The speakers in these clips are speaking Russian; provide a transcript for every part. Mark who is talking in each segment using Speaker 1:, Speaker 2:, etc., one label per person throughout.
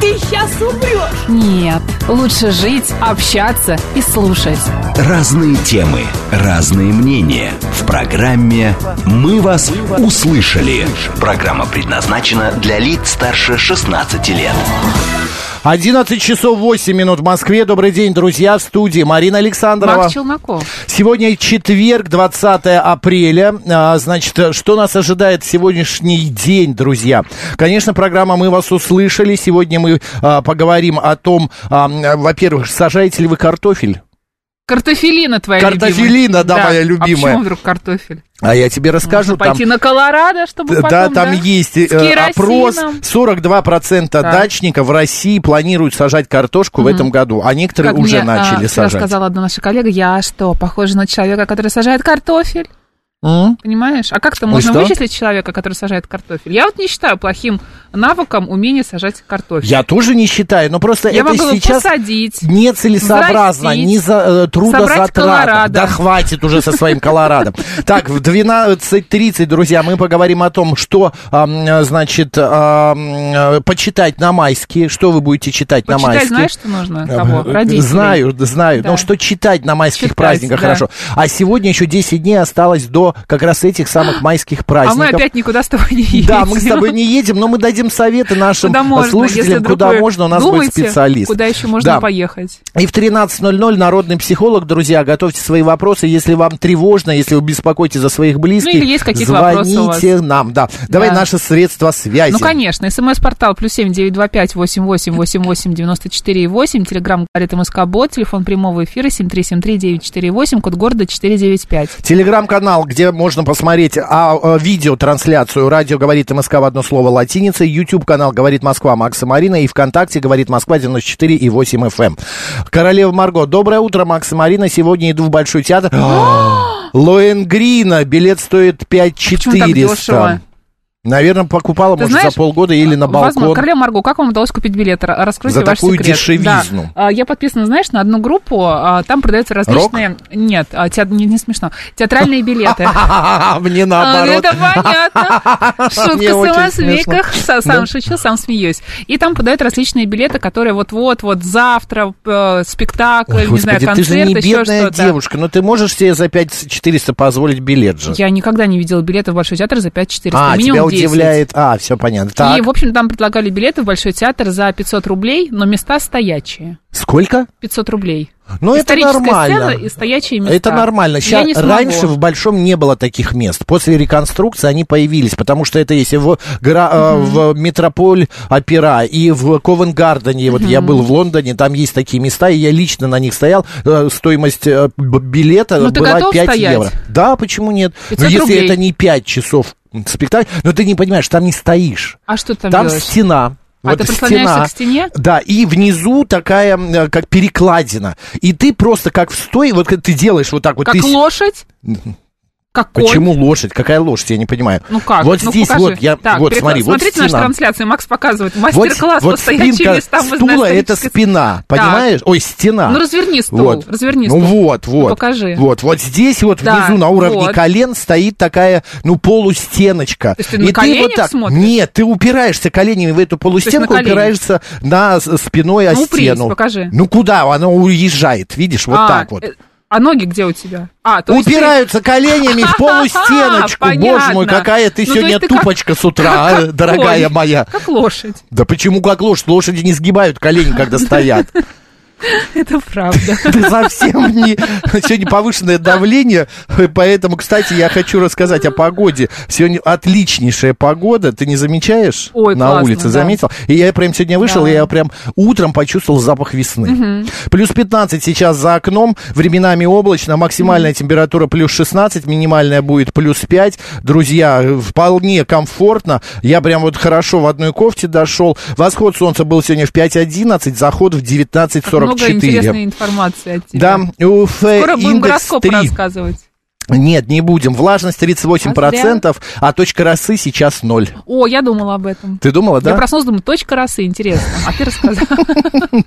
Speaker 1: ты сейчас умрешь.
Speaker 2: Нет, лучше жить, общаться и слушать.
Speaker 3: Разные темы, разные мнения. В программе «Мы вас услышали». Программа предназначена для лиц старше 16 лет.
Speaker 4: 11 часов 8 минут в Москве. Добрый день, друзья, в студии Марина Александрова.
Speaker 2: Марк Челноков.
Speaker 4: Сегодня четверг, 20 апреля. А, Значит, что нас ожидает сегодняшний день, друзья? Конечно, программа «Мы вас услышали». Сегодня мы а, поговорим о том, а, м, во-первых, сажаете ли вы картофель?
Speaker 2: Картофелина твоя
Speaker 4: Картофелина,
Speaker 2: любимая.
Speaker 4: да, моя
Speaker 2: А почему
Speaker 4: любимая.
Speaker 2: вдруг картофель?
Speaker 4: А я тебе расскажу.
Speaker 2: Можно пойти на Колорадо, чтобы
Speaker 4: Т-
Speaker 2: Ну, потом,
Speaker 4: да, там есть э,
Speaker 2: керосином.
Speaker 4: опрос. 42%
Speaker 2: Так.
Speaker 4: дачников в России планируют сажать картошку в этом году, а некоторые
Speaker 2: Как мне,
Speaker 4: уже
Speaker 2: а,
Speaker 4: начали
Speaker 2: вчера
Speaker 4: сажать.
Speaker 2: сказала одна наша коллега, я что, похожа на человека, который сажает картофель?
Speaker 4: М?
Speaker 2: Понимаешь? А как-то можно
Speaker 4: что?
Speaker 2: вычислить человека, который сажает картофель? Я вот не считаю плохим навыком умение сажать картофель.
Speaker 4: Я тоже не считаю, но просто
Speaker 2: Я
Speaker 4: это
Speaker 2: могу его
Speaker 4: сейчас
Speaker 2: посадить.
Speaker 4: нецелесообразно,
Speaker 2: Взрастить.
Speaker 4: не за, э,
Speaker 2: Собрать
Speaker 4: трудозатратно.
Speaker 2: колорадо.
Speaker 4: Да хватит уже со своим колорадом. Так, в 12.30, друзья, мы поговорим о том, что, ам, э, значит, ам, э, почитать на майские, что вы будете читать на
Speaker 2: Почитай,
Speaker 4: майские.
Speaker 2: знаешь, что нужно? Кого? Родителей.
Speaker 4: Э, Знаю, знаю.
Speaker 2: Да.
Speaker 4: Но что читать на майских
Speaker 2: Читать,
Speaker 4: праздниках,
Speaker 2: да.
Speaker 4: хорошо. А сегодня еще 10 дней осталось до как раз этих самых майских
Speaker 2: А мы
Speaker 4: праздников.
Speaker 2: опять никуда с тобой не едем.
Speaker 4: Да, мы с тобой не едем, но мы дадим советы нашим
Speaker 2: Куда можно, если
Speaker 4: слушателям,
Speaker 2: вдруг
Speaker 4: куда
Speaker 2: вы
Speaker 4: можно, у нас
Speaker 2: думаете,
Speaker 4: будет специалист.
Speaker 2: Куда еще можно
Speaker 4: Да.
Speaker 2: поехать?
Speaker 4: И в 13.00 народный психолог, друзья, готовьте свои вопросы, если вам тревожно, если вы беспокоите за своих близких,
Speaker 2: Ну, или есть какие-то вопросы у вас.
Speaker 4: звоните нам, да. Давай
Speaker 2: Да.
Speaker 4: наши средства связи.
Speaker 2: Ну, конечно. СМС-портал плюс семь девять два пять восемь восемь восемь восемь девяносто четыре и восемь. Телеграмм говорит МСК Бот. Телефон прямого эфира семь три семь три девять четыре восемь. Код города четыре девять пять.
Speaker 4: Телеграм-канал, где можно посмотреть а, э, видеотрансляцию. Радио говорит МСК в одно слово латиница. Ютуб-канал говорит Москва Макса Марина. И ВКонтакте говорит Москва 94 и 8 FM. Королева Марго. Доброе утро, Макс и Марина. Сегодня иду в Большой театр. Лоенгрина. Билет стоит
Speaker 2: А Почему так
Speaker 4: 5400.
Speaker 2: дешево?
Speaker 4: Наверное, покупала,
Speaker 2: Ты
Speaker 4: может,
Speaker 2: знаешь,
Speaker 4: за полгода или на балкон.
Speaker 2: Возможно. Королева Марго, как вам удалось купить билет? Р- Раскройте
Speaker 4: За
Speaker 2: ваш
Speaker 4: такую
Speaker 2: секрет.
Speaker 4: дешевизну.
Speaker 2: Да. А, Я подписана, знаешь, на одну группу. а, Там продаются различные... Нет, а, теат- не, не смешно. Театральные билеты.
Speaker 4: Мне
Speaker 2: А, ну
Speaker 4: наоборот.
Speaker 2: Это понятно.
Speaker 4: Мне очень
Speaker 2: Шутка с
Speaker 4: смешно.
Speaker 2: веках. Са-
Speaker 4: Да.
Speaker 2: Сам шучу, сам смеюсь. И там подают различные билеты, которые вот-вот, вот завтра, э, спектакль,
Speaker 4: Ой,
Speaker 2: не знаю,
Speaker 4: Господи, ты
Speaker 2: концерт,
Speaker 4: же не
Speaker 2: еще
Speaker 4: бедная
Speaker 2: что-то.
Speaker 4: девушка, но ты можешь себе за 5400 позволить билет же?
Speaker 2: Я никогда не видела билеты в Большой театр за 5400.
Speaker 4: А, тебя
Speaker 2: Минимум 10.
Speaker 4: удивляет. А, все понятно. Так,
Speaker 2: И, в общем, там предлагали билеты в Большой театр за 500 рублей, но места стоячие.
Speaker 4: сколько?
Speaker 2: 500 рублей.
Speaker 4: Ну, это
Speaker 2: Историческая
Speaker 4: нормально.
Speaker 2: сцена и стоячие места.
Speaker 4: Это нормально.
Speaker 2: Я
Speaker 4: Ща-
Speaker 2: не смогу.
Speaker 4: раньше в Большом не было таких мест. После реконструкции они появились, потому что это если в, гра- э, в Метрополь Опера и в Ковенгардене, вот я был в Лондоне, там есть такие места, и я лично на них стоял. Э, Стоимость э, б- билета
Speaker 2: Ну, ты
Speaker 4: была
Speaker 2: готов
Speaker 4: 5
Speaker 2: стоять?
Speaker 4: евро. Да, почему нет? Но
Speaker 2: 500
Speaker 4: если
Speaker 2: рублей.
Speaker 4: это не 5 часов спектакль, но ты не понимаешь, там не стоишь.
Speaker 2: А что там,
Speaker 4: Там
Speaker 2: делаешь?
Speaker 4: стена.
Speaker 2: А
Speaker 4: вот
Speaker 2: ты прислоняешься
Speaker 4: стена.
Speaker 2: к стене?
Speaker 4: Да, и внизу такая, э, как перекладина. И ты просто как встой, вот как ты делаешь вот так вот.
Speaker 2: Как
Speaker 4: ты с-
Speaker 2: лошадь? Как конь?
Speaker 4: Почему лошадь? Какая лошадь? Я не понимаю.
Speaker 2: Ну как?
Speaker 4: Вот
Speaker 2: Ну,
Speaker 4: здесь
Speaker 2: покажи.
Speaker 4: вот, я,
Speaker 2: Так,
Speaker 4: вот
Speaker 2: перекла-
Speaker 4: смотри, вот
Speaker 2: Смотрите нашу
Speaker 4: стена.
Speaker 2: трансляцию, Макс показывает
Speaker 4: Вот,
Speaker 2: мастер-класс
Speaker 4: вот
Speaker 2: по стоячим
Speaker 4: спинка
Speaker 2: местам. вы
Speaker 4: стула
Speaker 2: знаете,
Speaker 4: это
Speaker 2: исторической-
Speaker 4: спина,
Speaker 2: Так.
Speaker 4: понимаешь? Ой, стена.
Speaker 2: Ну, разверни стул,
Speaker 4: Вот.
Speaker 2: разверни
Speaker 4: Ну
Speaker 2: стул.
Speaker 4: вот, вот.
Speaker 2: Ну, покажи.
Speaker 4: Вот, вот здесь вот
Speaker 2: Да,
Speaker 4: внизу на уровне
Speaker 2: вот.
Speaker 4: колен стоит такая, ну, полустеночка.
Speaker 2: То есть ты на коленях смотришь?
Speaker 4: Нет, ты упираешься коленями в эту полустенку,
Speaker 2: коленях?
Speaker 4: упираешься на с- спиной о
Speaker 2: Ну, упрись,
Speaker 4: стену.
Speaker 2: покажи.
Speaker 4: Ну, куда? Она уезжает, видишь, вот
Speaker 2: А,
Speaker 4: так вот.
Speaker 2: э, А ноги где у тебя? А, то есть ты-
Speaker 4: Упираются коленями в полустеночку.
Speaker 2: Понятно.
Speaker 4: Боже мой, какая ты
Speaker 2: Ну, то
Speaker 4: сегодня
Speaker 2: есть ты как-
Speaker 4: тупочка с утра, а,
Speaker 2: как
Speaker 4: дорогая
Speaker 2: конь,
Speaker 4: моя.
Speaker 2: Как лошадь,
Speaker 4: Да почему как лошадь? Лошади не сгибают колени, когда стоят.
Speaker 2: это правда.
Speaker 4: Ты совсем не... Сегодня повышенное давление, поэтому, кстати, я хочу рассказать о погоде. Сегодня отличнейшая погода, ты не замечаешь?
Speaker 2: Ой,
Speaker 4: На
Speaker 2: классно,
Speaker 4: улице
Speaker 2: да.
Speaker 4: заметил? И я прям сегодня вышел,
Speaker 2: Да.
Speaker 4: и я прям утром почувствовал запах весны. Плюс 15 сейчас за окном, временами облачно, максимальная температура плюс 16, минимальная будет плюс 5. Друзья, вполне комфортно. Я прям вот хорошо в одной кофте дошел. Восход солнца был сегодня в 5.11, заход в 19.45.
Speaker 2: много
Speaker 4: 44.
Speaker 2: интересной информации от тебя.
Speaker 4: Да, УФЭ
Speaker 2: Скоро будем
Speaker 4: индекс
Speaker 2: гороскоп
Speaker 4: 3.
Speaker 2: рассказывать.
Speaker 4: Нет, не будем. Влажность 38%, а точка росы сейчас 0.
Speaker 2: О, я думала об этом.
Speaker 4: Ты думала, да?
Speaker 2: Я проснулась, думаю, точка росы, интересно. А ты рассказал. Макс-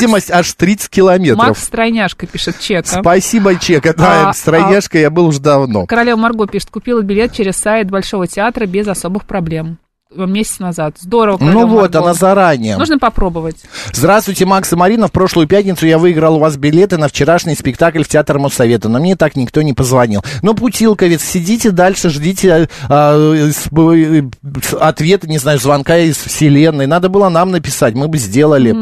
Speaker 4: Видимость аж 30 километров.
Speaker 2: Макс Стройняшка пишет чек. а.
Speaker 4: Спасибо, Чека. Да,
Speaker 2: А,
Speaker 4: стройняшка я был уже давно.
Speaker 2: Королева Марго пишет, купила билет через сайт Большого театра без особых проблем. Э, Месяц назад. Здорово,
Speaker 4: Ну
Speaker 2: королева
Speaker 4: вот,
Speaker 2: Марго.
Speaker 4: она заранее.
Speaker 2: Нужно попробовать.
Speaker 4: Здравствуйте, Макс и Марина. В прошлую пятницу я выиграл у вас билеты на вчерашний спектакль в Театр Моссовета, но мне так никто не позвонил. Ну, путилковец, сидите дальше, ждите а, с- э, с- ответа, не знаю, звонка из Вселенной. Надо было нам написать, мы бы сделали.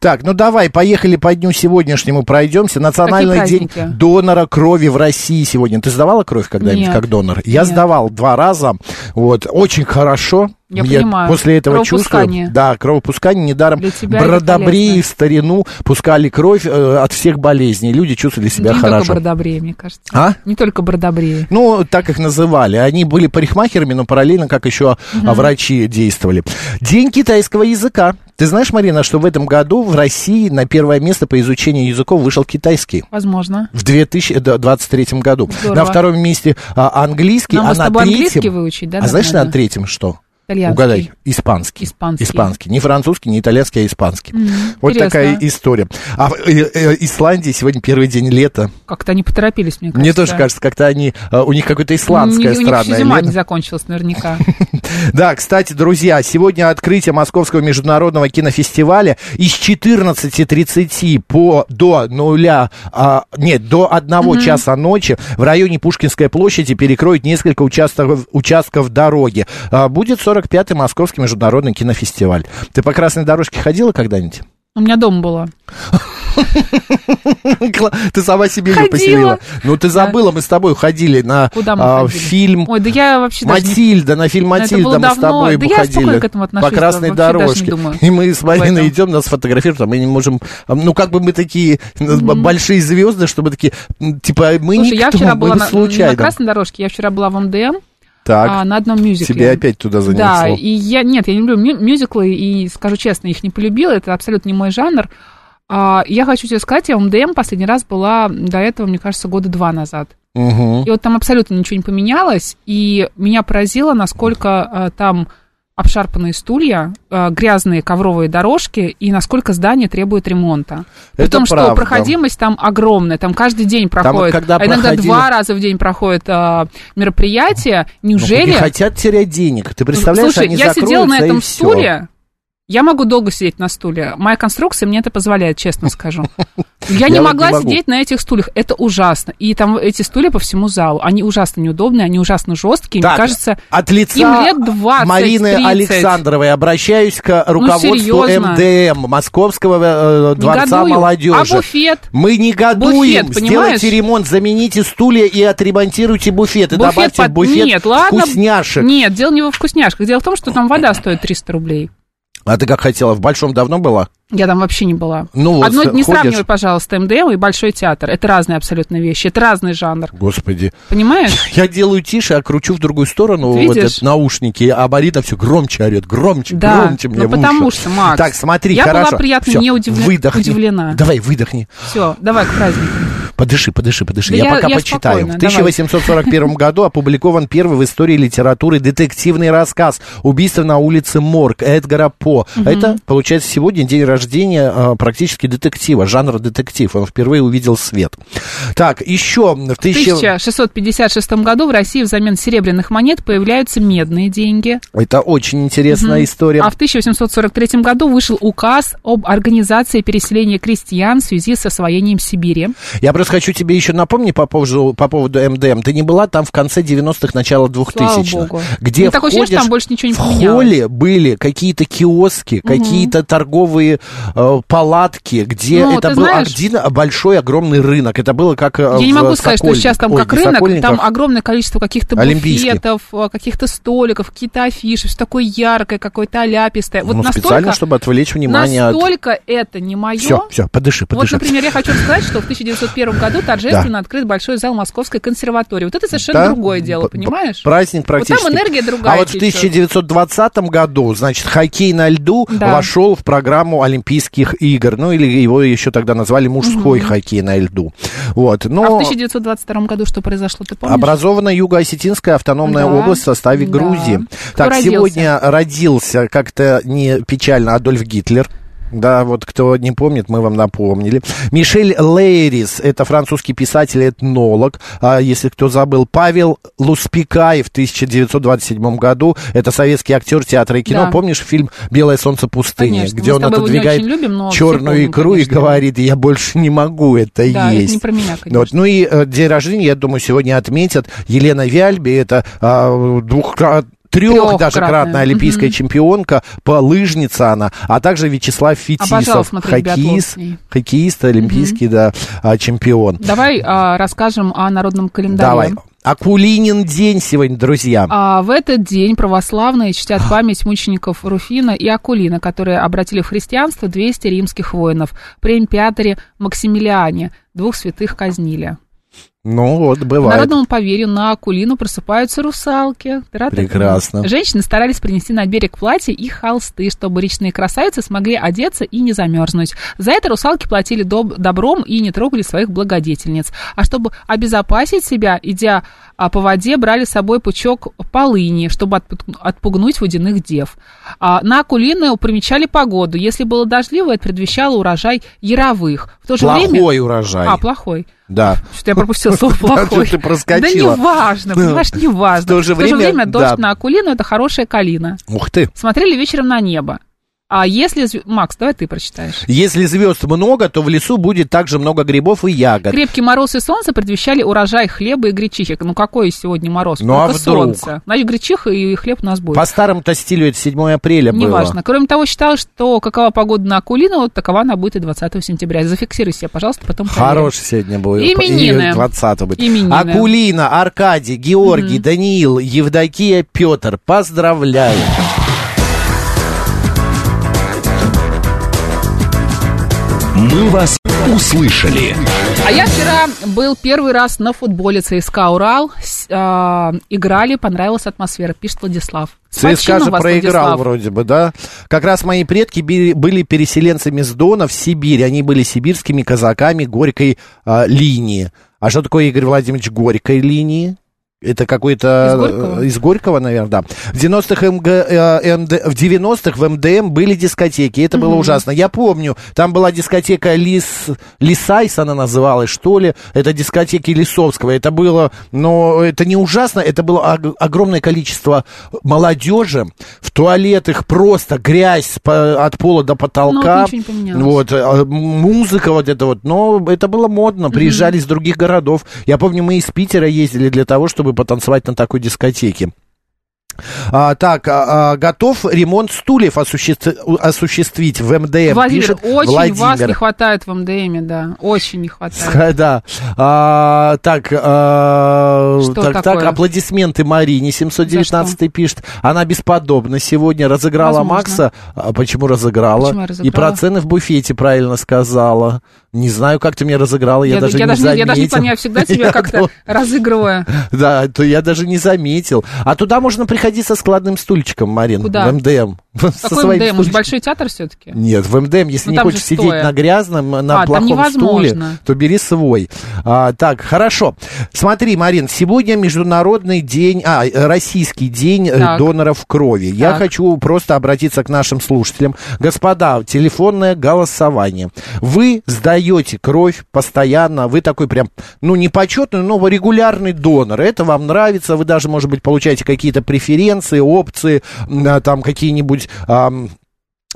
Speaker 4: Так, ну давай, поехали по дню сегодняшнему, пройдемся. Национальный день
Speaker 2: праздники?
Speaker 4: донора крови в России сегодня. Ты сдавала кровь когда-нибудь
Speaker 2: Нет.
Speaker 4: как донор? Я
Speaker 2: Нет.
Speaker 4: сдавал два раза. Вот, очень хорошо.
Speaker 2: Я понимаю.
Speaker 4: После этого
Speaker 2: Кровопускание.
Speaker 4: чувствую. Да, кровопускание недаром.
Speaker 2: Для тебя это
Speaker 4: Бродобреи
Speaker 2: полезно.
Speaker 4: в старину пускали кровь э, от всех болезней. Люди чувствовали себя
Speaker 2: не только
Speaker 4: хорошо.
Speaker 2: бородобреи, мне кажется.
Speaker 4: А?
Speaker 2: Не только бородобреи.
Speaker 4: Ну, так их называли. Они были парикмахерами, но параллельно, как еще а, врачи действовали. День китайского языка. Ты знаешь, Марина, что в этом году в России на первое место по изучению языков вышел китайский?
Speaker 2: Возможно.
Speaker 4: В 2023 году.
Speaker 2: Здорово.
Speaker 4: На втором месте а, английский,
Speaker 2: Нам бы
Speaker 4: а
Speaker 2: с
Speaker 4: на
Speaker 2: тобой
Speaker 4: третьем...
Speaker 2: английский выучить, да?
Speaker 4: а знаешь,
Speaker 2: наверное?
Speaker 4: на третьем что?
Speaker 2: Итальянский.
Speaker 4: Угадай, испанский.
Speaker 2: Испанский.
Speaker 4: Не французский, не итальянский, а испанский. Вот
Speaker 2: Интересно.
Speaker 4: такая история. А в э, э, Исландии сегодня первый день лета.
Speaker 2: Как-то они поторопились, мне кажется.
Speaker 4: Мне тоже кажется, как-то они... э, У них какое-то исландское
Speaker 2: Не- у них еще
Speaker 4: странное
Speaker 2: зима
Speaker 4: лето.
Speaker 2: не закончилась наверняка.
Speaker 4: Да, кстати, друзья, сегодня открытие Московского международного кинофестиваля из 14.30 по до нуля, а, нет, до 1 часа ночи в районе Пушкинской площади перекроют несколько участков, участков дороги. А, будет 45-й Московский международный кинофестиваль. Ты по красной дорожке ходила когда-нибудь?
Speaker 2: У меня дома было.
Speaker 4: Кла- Ты сама себе ее
Speaker 2: Ходила.
Speaker 4: поселила. Ну, ты забыла, мы с тобой ходили на
Speaker 2: Куда мы
Speaker 4: а,
Speaker 2: ходили?
Speaker 4: фильм
Speaker 2: Ой, да я вообще даже не Ну,
Speaker 4: Матильда, на фильм
Speaker 2: Это было
Speaker 4: Матильда мы с
Speaker 2: давно.
Speaker 4: тобой
Speaker 2: Да
Speaker 4: бы
Speaker 2: я
Speaker 4: ходили
Speaker 2: спокойно к этому
Speaker 4: по
Speaker 2: отношусь,
Speaker 4: красной
Speaker 2: вообще даже не
Speaker 4: дорожке.
Speaker 2: думаю
Speaker 4: И мы с
Speaker 2: об
Speaker 4: Мариной
Speaker 2: этом.
Speaker 4: идем, нас фотографируют, а мы не можем... а, Ну, как бы мы такие э, большие звезды, чтобы такие... м, Типа, мы
Speaker 2: Слушай,
Speaker 4: никто,
Speaker 2: я вчера
Speaker 4: мы
Speaker 2: была на,
Speaker 4: случайно.
Speaker 2: на красной дорожке, я вчера была в МДМ,
Speaker 4: Так,
Speaker 2: а, на одном мюзикле.
Speaker 4: тебе опять туда занесло.
Speaker 2: Да, и я, нет, я не люблю мю- мюзиклы, и скажу честно, их не полюбила, это абсолютно не мой жанр. А, я хочу тебе сказать, я в МДМ последний раз была до этого, мне кажется, года два назад.
Speaker 4: Мгм.
Speaker 2: И вот там абсолютно ничего не поменялось, и меня поразило, насколько э, там обшарпанные стулья, э, грязные ковровые дорожки, и насколько здание требует ремонта. При
Speaker 4: Это
Speaker 2: том,
Speaker 4: правда.
Speaker 2: что проходимость там огромная, там каждый день проходит,
Speaker 4: когда
Speaker 2: а иногда
Speaker 4: проходили-
Speaker 2: два раза в день проходит э, мероприятие.
Speaker 4: Ну,
Speaker 2: Неужели...
Speaker 4: Не хотят терять денег. Ты представляешь,
Speaker 2: Слушай,
Speaker 4: они
Speaker 2: я сидела на
Speaker 4: закроются, и
Speaker 2: этом
Speaker 4: всё.
Speaker 2: стуле, я могу долго сидеть на стуле. Моя конструкция мне это позволяет, честно скажу. Я не
Speaker 4: вот не
Speaker 2: могла
Speaker 4: могу.
Speaker 2: сидеть на этих стульях. Это ужасно. И там эти стулья по всему залу. Они ужасно неудобные, они ужасно жесткие. Мне
Speaker 4: Так,
Speaker 2: кажется,
Speaker 4: от лица
Speaker 2: им лет 20,
Speaker 4: Марины
Speaker 2: 30.
Speaker 4: Александровой обращаюсь к руководству
Speaker 2: серьезно.
Speaker 4: МДМ, Московского э, дворца
Speaker 2: негодую.
Speaker 4: молодежи.
Speaker 2: А буфет?
Speaker 4: Мы негодуем.
Speaker 2: Буфет, понимаешь?
Speaker 4: Сделайте ремонт, замените стулья и отремонтируйте буфет. И добавьте
Speaker 2: под-
Speaker 4: буфет
Speaker 2: Нет, ладно.
Speaker 4: вкусняшек.
Speaker 2: Нет, дело не во вкусняшках. Дело в том, что там вода стоит 300 рублей.
Speaker 4: А ты как хотела? В Большом давно была?
Speaker 2: Я там вообще не была.
Speaker 4: Ну вот,
Speaker 2: Одно не
Speaker 4: ходишь.
Speaker 2: сравнивай, пожалуйста, МДМ и Большой театр. Это разные абсолютно вещи. Это разный жанр.
Speaker 4: Господи.
Speaker 2: Понимаешь?
Speaker 4: Я делаю тише, а кручу в другую сторону
Speaker 2: Ты
Speaker 4: вот
Speaker 2: видишь?
Speaker 4: этот наушники, а Марина все громче орет, громче,
Speaker 2: Да,
Speaker 4: громче мне
Speaker 2: ну
Speaker 4: в уши.
Speaker 2: потому что, Макс,
Speaker 4: Так, смотри,
Speaker 2: я была
Speaker 4: хорошо.
Speaker 2: приятно
Speaker 4: Всё,
Speaker 2: не удивле-
Speaker 4: выдохни.
Speaker 2: удивлена.
Speaker 4: Давай, выдохни.
Speaker 2: Все, давай к празднику.
Speaker 4: Подыши, подыши, подыши.
Speaker 2: Да
Speaker 4: я,
Speaker 2: я-
Speaker 4: пока
Speaker 2: я
Speaker 4: почитаю.
Speaker 2: спокойно,
Speaker 4: в 1841 году опубликован первый в истории литературы детективный рассказ «Убийство на улице Морг» Эдгара По. Это, получается, сегодня день рождения э, практически детектива, жанра детектив. Он впервые увидел свет. Так, еще в
Speaker 2: В
Speaker 4: 1000...
Speaker 2: 1656 году в России взамен серебряных монет появляются медные деньги.
Speaker 4: Это очень интересная история.
Speaker 2: А в 1843 году вышел указ об организации переселения крестьян в связи с освоением Сибири.
Speaker 4: Я просто хочу тебе еще напомнить по поводу, по поводу МДМ. Ты не была там в конце 90-х, начало 2000-х.
Speaker 2: богу.
Speaker 4: Где
Speaker 2: Ну, такое ощущение, что там
Speaker 4: входишь,
Speaker 2: больше ничего не
Speaker 4: В
Speaker 2: поменялось.
Speaker 4: холле были какие-то киоски, какие-то торговые э, палатки, где
Speaker 2: Ну,
Speaker 4: это
Speaker 2: ты
Speaker 4: был
Speaker 2: знаешь-
Speaker 4: один а, большой огромный рынок. Это было как э,
Speaker 2: Я не
Speaker 4: в
Speaker 2: могу сказать, что
Speaker 4: Сокольниках.
Speaker 2: сейчас там
Speaker 4: Ой,
Speaker 2: как
Speaker 4: не
Speaker 2: рынок,
Speaker 4: Сокольниках.
Speaker 2: там а, огромное количество каких-то
Speaker 4: Олимпийский.
Speaker 2: буфетов, э, каких-то столиков, какие-то афиши, все такое яркое, какое-то аляпистое. Вот
Speaker 4: Ну,
Speaker 2: настолько,
Speaker 4: специально, чтобы отвлечь внимание от...
Speaker 2: настолько это не мое.
Speaker 4: Все, все, подыши,
Speaker 2: Вот,
Speaker 4: подыши.
Speaker 2: например, я хочу рассказать, что в 1901 году торжественно открыт большой зал Московской консерватории. Вот это совершенно
Speaker 4: Да.
Speaker 2: другое дело,
Speaker 4: П- п-
Speaker 2: понимаешь?
Speaker 4: Праздник
Speaker 2: Вот
Speaker 4: практически.
Speaker 2: там энергия другая
Speaker 4: А вот в
Speaker 2: течёт.
Speaker 4: 1920 году, значит, хоккей на льду
Speaker 2: Да.
Speaker 4: вошел в программу Олимпийских игр. Ну, или его еще тогда назвали мужской хоккей на льду. Вот. Но...
Speaker 2: А в 1922 году что произошло, ты помнишь?
Speaker 4: Образована Юго-Осетинская автономная
Speaker 2: Да.
Speaker 4: область в составе
Speaker 2: Да.
Speaker 4: Грузии.
Speaker 2: Кто
Speaker 4: так,
Speaker 2: родился?
Speaker 4: сегодня родился как-то не печально Адольф Гитлер. Да, вот кто не помнит, мы вам напомнили. Мишель Лейрис, это французский писатель, и этнолог. А если кто забыл, Павел Луспекаев в 1927 году. Это советский актер театра и кино.
Speaker 2: Да.
Speaker 4: Помнишь фильм «Белое солнце пустыни»,
Speaker 2: Конечно, мы
Speaker 4: где
Speaker 2: с
Speaker 4: он
Speaker 2: тобой его не
Speaker 4: отодвигает
Speaker 2: очень любим, но все
Speaker 4: черную
Speaker 2: помним,
Speaker 4: икру
Speaker 2: конечно.
Speaker 4: и говорит, я больше не могу это
Speaker 2: Да, это
Speaker 4: есть.
Speaker 2: не про меня, конечно.
Speaker 4: Вот. Ну и э, день рождения, я думаю, сегодня отметят Елена Вяльби, это а, двухкра- Трех
Speaker 2: Трёхкратная.
Speaker 4: даже кратная олимпийская чемпионка, лыжница она, а также Вячеслав
Speaker 2: Обожала
Speaker 4: Фетисов,
Speaker 2: смотреть биатлон с
Speaker 4: хоккеист,
Speaker 2: ней.
Speaker 4: хоккеист, олимпийский, да, а, чемпион.
Speaker 2: Давай а, расскажем о народном календаре.
Speaker 4: Давай. Акулинин день сегодня, друзья.
Speaker 2: А в этот день православные чтят память мучеников Руфина и Акулина, которые обратили в христианство 200 римских воинов. При императоре Максимилиане двух святых казнили.
Speaker 4: Ну вот,
Speaker 2: По
Speaker 4: бывает.
Speaker 2: народному поверью на Акулину просыпаются русалки. Тра-та-та.
Speaker 4: Прекрасно.
Speaker 2: Женщины старались принести на берег платья и холсты, чтобы речные красавицы смогли одеться и не замерзнуть. За это русалки платили доб- добром и не трогали своих благодетельниц. А чтобы обезопасить себя, идя а, по воде, брали с собой пучок полыни, чтобы отпу- отпугнуть водяных дев. А, на Акулину примечали погоду. Если было дождливо, это предвещало урожай яровых. В то же
Speaker 4: Плохой
Speaker 2: время...
Speaker 4: урожай.
Speaker 2: А, плохой.
Speaker 4: Да.
Speaker 2: Что-то я пропустила слово
Speaker 4: что
Speaker 2: плохой.
Speaker 4: ты проскочила.
Speaker 2: Да неважно, понимаешь, неважно.
Speaker 4: В то же время, да.
Speaker 2: дождь на Акулину – это хорошая калина.
Speaker 4: Ух ты.
Speaker 2: Смотрели вечером на небо. А если... зв- Макс, давай ты прочитаешь.
Speaker 4: Если звезд много, то в лесу будет также много грибов и ягод.
Speaker 2: Крепкий мороз и солнце предвещали урожай хлеба и гречихи. Ну, какой сегодня мороз?
Speaker 4: Ну, а
Speaker 2: Только
Speaker 4: вдруг?
Speaker 2: солнце. Значит, гречиха и хлеб у нас будет.
Speaker 4: По старому-то стилю это 7 апреля было.
Speaker 2: Неважно. Кроме того, считалось, что какова погода на Акулину, вот такова она будет и 20 сентября. Зафиксируй себе, пожалуйста, потом проверим.
Speaker 4: Хороший сегодня будет.
Speaker 2: Именины.
Speaker 4: И 20 будет.
Speaker 2: Именины.
Speaker 4: Акулина, Аркадий, Георгий, Даниил, Евдокия, Петр. Поздравляю.
Speaker 3: «Мы вас услышали».
Speaker 2: А я вчера был первый раз на футболе ЦСКА «Урал». С- а, играли, понравилась атмосфера, пишет Владислав. С
Speaker 4: ЦСКА
Speaker 2: почином
Speaker 4: же
Speaker 2: вас,
Speaker 4: проиграл
Speaker 2: Владислав.
Speaker 4: вроде бы, да? Как раз мои предки би- были переселенцами с Дона в Сибирь. Они были сибирскими казаками горькой а, линии. А что такое, Игорь Владимирович, горькой линии? Это какой-то...
Speaker 2: Из Горького?
Speaker 4: э, Из Горького, наверное, да. В 90-х, МГ, э, МД в 90-х в МДМ были дискотеки. Это было ужасно. Я помню, там была дискотека Лис... Лисайс, она называлась, что ли. Это дискотеки Лисовского. Это было... Но это не ужасно. Это было ог- огромное количество молодежи. В туалетах просто грязь с по- от пола до потолка.
Speaker 2: ничего не поменялось.
Speaker 4: Вот. а, м- Музыка вот эта вот. Но это было модно. Приезжали из других городов. Я помню, мы из Питера ездили для того, чтобы потанцевать на такой дискотеке. А, так, а, а, готов ремонт стульев осуществ- осуществить в МДМ,
Speaker 2: Владимир,
Speaker 4: пишет
Speaker 2: очень вас не
Speaker 4: Владимир.
Speaker 2: хватает в МДМе, да, очень не хватает.
Speaker 4: Ска- Да. А, так, а,
Speaker 2: Что
Speaker 4: так, так,
Speaker 2: такое?
Speaker 4: аплодисменты Марине 719 пишет. Она бесподобна сегодня. Разыграла
Speaker 2: Возможно.
Speaker 4: Макса. А почему разыграла?
Speaker 2: Почему я разыграла?
Speaker 4: И про цены в буфете правильно сказала. Не знаю, как ты меня разыграла. Я, даже,
Speaker 2: я,
Speaker 4: не
Speaker 2: даже не, я даже не
Speaker 4: заметил.
Speaker 2: понимаю, я всегда тебя
Speaker 4: Я
Speaker 2: как-то
Speaker 4: думал-
Speaker 2: разыгрываю.
Speaker 4: Да, то я даже не заметил. А туда можно приходить со складным стульчиком, Марин.
Speaker 2: Куда?
Speaker 4: В МДМ. Со
Speaker 2: Какой МДМ?
Speaker 4: своим
Speaker 2: Может,
Speaker 4: стульчиком.
Speaker 2: большой театр все-таки?
Speaker 4: Нет, в МДМ, если
Speaker 2: Ну,
Speaker 4: не
Speaker 2: там
Speaker 4: хочешь
Speaker 2: же
Speaker 4: сидеть
Speaker 2: стоя.
Speaker 4: на грязном, на
Speaker 2: А, там
Speaker 4: плохом
Speaker 2: невозможно.
Speaker 4: стуле, то бери свой. А, так, хорошо. Смотри, Марин, сегодня международный день, а, российский день э,
Speaker 2: Так.
Speaker 4: доноров крови. Я
Speaker 2: Так.
Speaker 4: хочу просто обратиться к нашим слушателям. Господа, телефонное голосование. Вы сдаете кровь постоянно, вы такой прям, ну, не почетный, но вы регулярный донор. Это вам нравится, вы даже, может быть, получаете какие-то преференции, опции, м, а, там какие-нибудь... ам,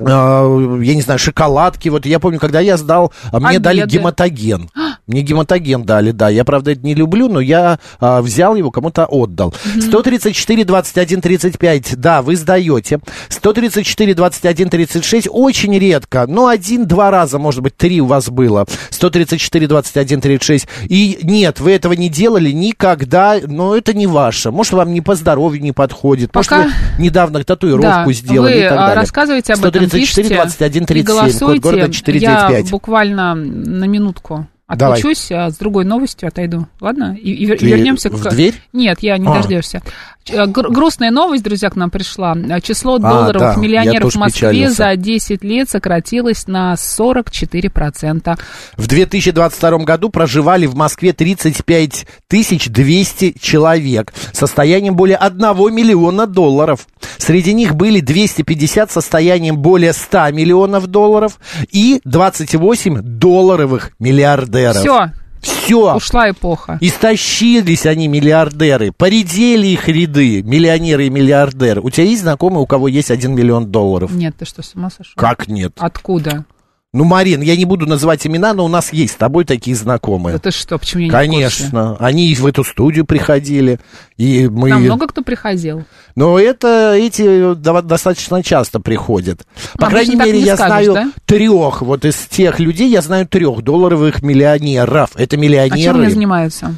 Speaker 4: а, я не знаю, шоколадки. Вот я помню, когда я сдал, а мне дали
Speaker 2: Обеды. А!
Speaker 4: гематоген. Мне гематоген дали, да. Я, правда, это не люблю, но я а, взял его, кому-то отдал. 134, 21, 35, да, вы сдаете. 134, 21, 36, очень редко. Ну, один-два раза, может быть, три у вас было. 134, 21, 36. И нет, вы этого не делали никогда, но это не ваше. Может, вам не по здоровью не подходит.
Speaker 2: Пока-
Speaker 4: Может, вы недавно татуировку
Speaker 2: Да,
Speaker 4: сделали
Speaker 2: вы
Speaker 4: и так
Speaker 2: а,
Speaker 4: далее.
Speaker 2: рассказывайте об этом,
Speaker 4: 134,
Speaker 2: пишите
Speaker 4: 21,
Speaker 2: и
Speaker 4: 37, код
Speaker 2: голосуйте.
Speaker 4: города
Speaker 2: Я
Speaker 4: 495.
Speaker 2: буквально на минутку
Speaker 4: Давай.
Speaker 2: Отключусь, а с другой новостью отойду. Ладно? И, и вер-
Speaker 4: Ты
Speaker 2: вернемся
Speaker 4: в
Speaker 2: к...
Speaker 4: дверь?
Speaker 2: Нет, я не
Speaker 4: А.
Speaker 2: дождешься. Ч- э, гр- грустная новость, друзья, к нам пришла. Э, Число
Speaker 4: А, да,
Speaker 2: долларовых
Speaker 4: я
Speaker 2: миллионеров
Speaker 4: тоже
Speaker 2: в Москве
Speaker 4: печалился.
Speaker 2: за 10 лет сократилось на 44%.
Speaker 4: В 2022 году проживали в Москве 35 200 человек с состоянием более 1 миллиона долларов. Среди них были 250 с состоянием более 100 миллионов долларов и 28 долларовых миллиардеров.
Speaker 2: Все,
Speaker 4: Все.
Speaker 2: ушла эпоха.
Speaker 4: Истощились они, миллиардеры. Поредели их ряды, миллионеры и миллиардеры. У тебя есть знакомые, у кого есть 1 миллион долларов?
Speaker 2: Нет, ты что, с ума сошел?
Speaker 4: Как нет?
Speaker 2: А. Откуда?
Speaker 4: Ну, Марин, я не буду называть имена, но у нас есть с тобой такие знакомые.
Speaker 2: Да ты что, почему я не в курсе?
Speaker 4: Конечно, они и в эту студию приходили, Ну и мы.
Speaker 2: Там много кто приходил.
Speaker 4: Но это эти до- достаточно часто приходят. По
Speaker 2: Обычно
Speaker 4: крайней
Speaker 2: так
Speaker 4: мере,
Speaker 2: не
Speaker 4: я
Speaker 2: скажешь,
Speaker 4: знаю
Speaker 2: да?
Speaker 4: трех вот из тех людей, я знаю трех долларовых миллионеров. Это
Speaker 2: А чем они
Speaker 4: миллионеры.
Speaker 2: занимаются?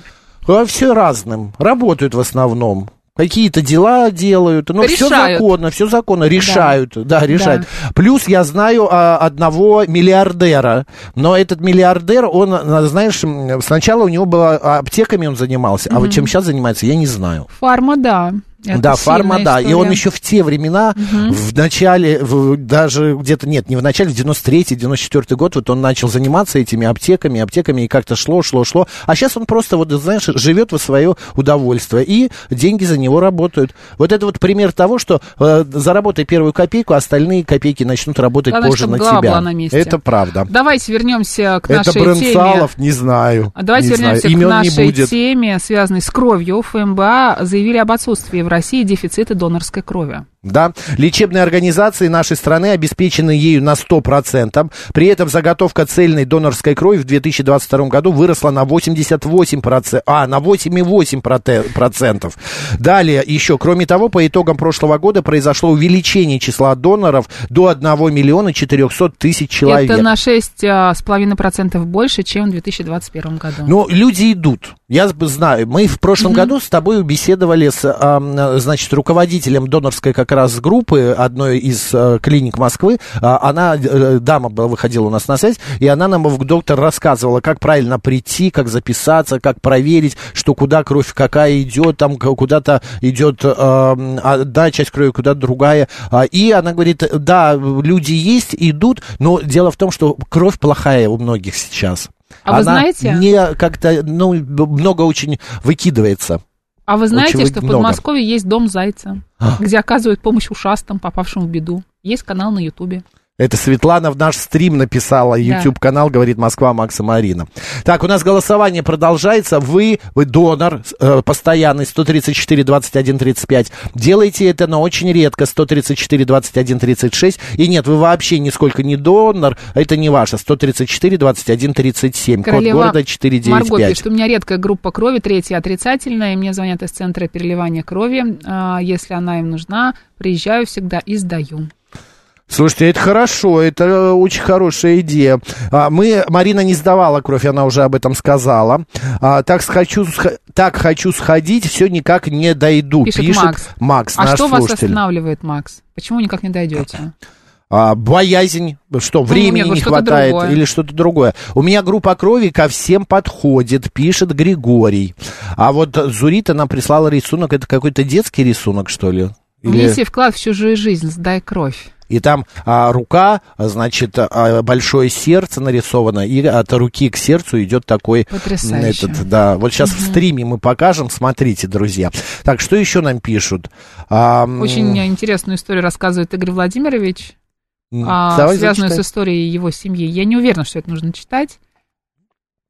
Speaker 4: все разным. Работают в основном. Какие-то дела делают, ну, все
Speaker 2: Решают.
Speaker 4: законно, все законно, решают, да, решают. Плюс я знаю а, одного миллиардера, но этот миллиардер, он, а, знаешь, м, сначала у него была аптеками он занимался, а вот чем сейчас занимается, я не знаю.
Speaker 2: Фарма, да. Это
Speaker 4: да, фарма,
Speaker 2: сильная
Speaker 4: да. И он
Speaker 2: история.
Speaker 4: еще в те времена, в начале, в- даже где-то, нет, не в начале, в 93-94 год, вот он начал заниматься этими аптеками, аптеками, и как-то шло, шло, шло. А сейчас он просто, вот, знаешь, живет во свое удовольствие, и деньги за него работают. Вот это вот пример того, что э, заработай первую копейку, а остальные копейки начнут работать
Speaker 2: Главное,
Speaker 4: позже
Speaker 2: чтоб
Speaker 4: на
Speaker 2: голова
Speaker 4: тебя.
Speaker 2: была на месте.
Speaker 4: Это правда.
Speaker 2: Давайте вернемся к
Speaker 4: Это
Speaker 2: нашей теме.
Speaker 4: Брынцалов, не знаю.
Speaker 2: А Давайте
Speaker 4: не
Speaker 2: вернемся
Speaker 4: знаю. Имен
Speaker 2: к
Speaker 4: не
Speaker 2: нашей
Speaker 4: будет.
Speaker 2: теме, связанной с кровью. ФМБА заявили об отсутствии в России дефицита донорской крови.
Speaker 4: Да, лечебные организации нашей страны обеспечены ею на 100%. При этом заготовка цельной донорской крови в 2022 году выросла на 88%, а, на 8,8%. Далее еще, кроме того, по итогам прошлого года произошло увеличение числа доноров до 1 миллиона 400 тысяч человек.
Speaker 2: Это на а, 6,5% больше, чем в 2021 году.
Speaker 4: Но Ну, люди идут. Я б- знаю, мы в прошлом году с тобой беседовали с, а, м, значит, руководителем донорской как раз группы одной из э, клиник Москвы. А, Она, э, дама была, выходила у нас на связь, и она нам, в- доктор, рассказывала, как правильно прийти, как записаться, как проверить, что куда кровь какая идет, там к- куда-то идет э, м, одна часть крови, куда другая. А, И она говорит, да, люди есть, идут, но дело в том, что кровь плохая у многих сейчас.
Speaker 2: А вы
Speaker 4: Она
Speaker 2: знаете?
Speaker 4: Не как-то, ну, б- много очень выкидывается.
Speaker 2: А вы знаете,
Speaker 4: очень
Speaker 2: что в
Speaker 4: много. А.
Speaker 2: Подмосковье есть дом Зайца, где оказывают помощь ушастым, попавшим в беду? Есть канал на Ютубе.
Speaker 4: Это Светлана в наш стрим написала, YouTube-канал, говорит Москва, Макса Марина. Так, у нас голосование продолжается. Вы, вы донор э, постоянный, 134, 21, 35. Делайте это, но очень редко, 134, 21, 36. И нет, вы вообще нисколько не донор, это не ваше, 134, 21, 37.
Speaker 2: Королева
Speaker 4: Код города
Speaker 2: Марго
Speaker 4: 495.
Speaker 2: пишет, у меня редкая группа крови, третья отрицательная, и мне звонят из центра переливания крови. А, Если она им нужна, приезжаю всегда и сдаю.
Speaker 4: Слушайте, это хорошо, это э, очень хорошая идея. А, Мы, Марина не сдавала кровь, она уже об этом сказала. А, так, с- хочу, сх- так хочу сходить, все никак не дойду,
Speaker 2: Пишет
Speaker 4: пишет,
Speaker 2: Макс.
Speaker 4: Макс.
Speaker 2: А
Speaker 4: наш
Speaker 2: что вас
Speaker 4: слушатель.
Speaker 2: останавливает, Макс? Почему никак не дойдете?
Speaker 4: А, боязнь, что
Speaker 2: мне
Speaker 4: времени не
Speaker 2: Ну, что-то
Speaker 4: хватает
Speaker 2: другое.
Speaker 4: или что-то другое. У меня группа крови ко всем подходит, пишет Григорий. А вот Зурита нам прислала рисунок, это какой-то детский рисунок, что ли? Или-
Speaker 2: Внеси вклад в чужую жизнь, сдай кровь.
Speaker 4: И там а, рука, а, значит, а, большое сердце нарисовано, и от руки к сердцу идет такой...
Speaker 2: Потрясающе.
Speaker 4: Этот, да, вот сейчас в стриме мы покажем, смотрите, друзья. Так, что еще нам пишут? А, м,
Speaker 2: Очень интересную историю рассказывает Игорь Владимирович,
Speaker 4: м,
Speaker 2: а,
Speaker 4: давай
Speaker 2: связанную
Speaker 4: зачитай.
Speaker 2: с историей его семьи. Я не уверена, что это нужно читать.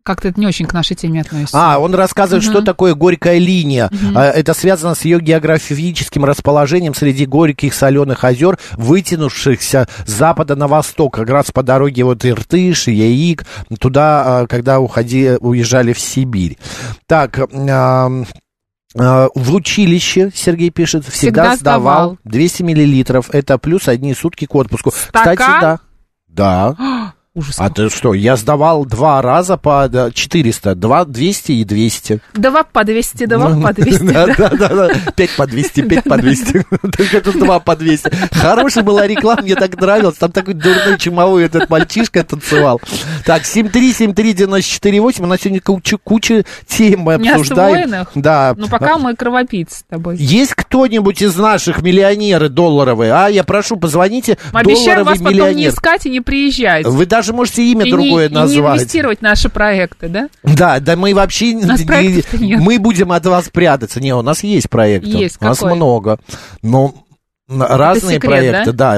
Speaker 2: Как-то это не очень к нашей теме относится.
Speaker 4: А, он рассказывает, что такое горькая линия. А, Это связано с ее географическим расположением среди горьких соленых озер, вытянувшихся с запада на восток, как раз по дороге вот Иртыш, Яик, туда, а, когда уходи, уезжали в Сибирь. Так, ам, а, в училище, Сергей пишет, всегда,
Speaker 2: Всегда сдавал.
Speaker 4: сдавал 200 миллилитров. Это плюс одни сутки к отпуску. Кстати,
Speaker 2: Стакан?
Speaker 4: да. Да.
Speaker 2: Ужас.
Speaker 4: А ты что, я сдавал два раза по да, 400, два 200 и 200.
Speaker 2: Два по 200, два по 200.
Speaker 4: Ну, Да,
Speaker 2: да.
Speaker 4: да, да, да. 5 по 200, 5 по 200. Только тут 2 по 200. Хорошая была реклама, мне так нравилось. Там такой дурной чумовой этот мальчишка танцевал. Так, 7373948. У нас сегодня куча, куча тем мы
Speaker 2: Не
Speaker 4: обсуждаем.
Speaker 2: освоенных?
Speaker 4: Да.
Speaker 2: Ну, пока мы кровопийцы с тобой.
Speaker 4: Есть кто-нибудь из наших миллионеры долларовые? А, я прошу, позвоните.
Speaker 2: Мы обещаем
Speaker 4: долларовый
Speaker 2: вас потом не
Speaker 4: миллионер.
Speaker 2: искать и не приезжать.
Speaker 4: Вы даже можете имя
Speaker 2: и,
Speaker 4: другое
Speaker 2: не, и не
Speaker 4: назвать.
Speaker 2: инвестировать в наши проекты, да?
Speaker 4: Да, да мы вообще...
Speaker 2: нас
Speaker 4: не-
Speaker 2: проектов-то нет.
Speaker 4: Мы будем от вас прятаться. Не, у нас есть проекты.
Speaker 2: Есть,
Speaker 4: У нас
Speaker 2: какой?
Speaker 4: много. Но н- разные
Speaker 2: секрет,
Speaker 4: проекты, да.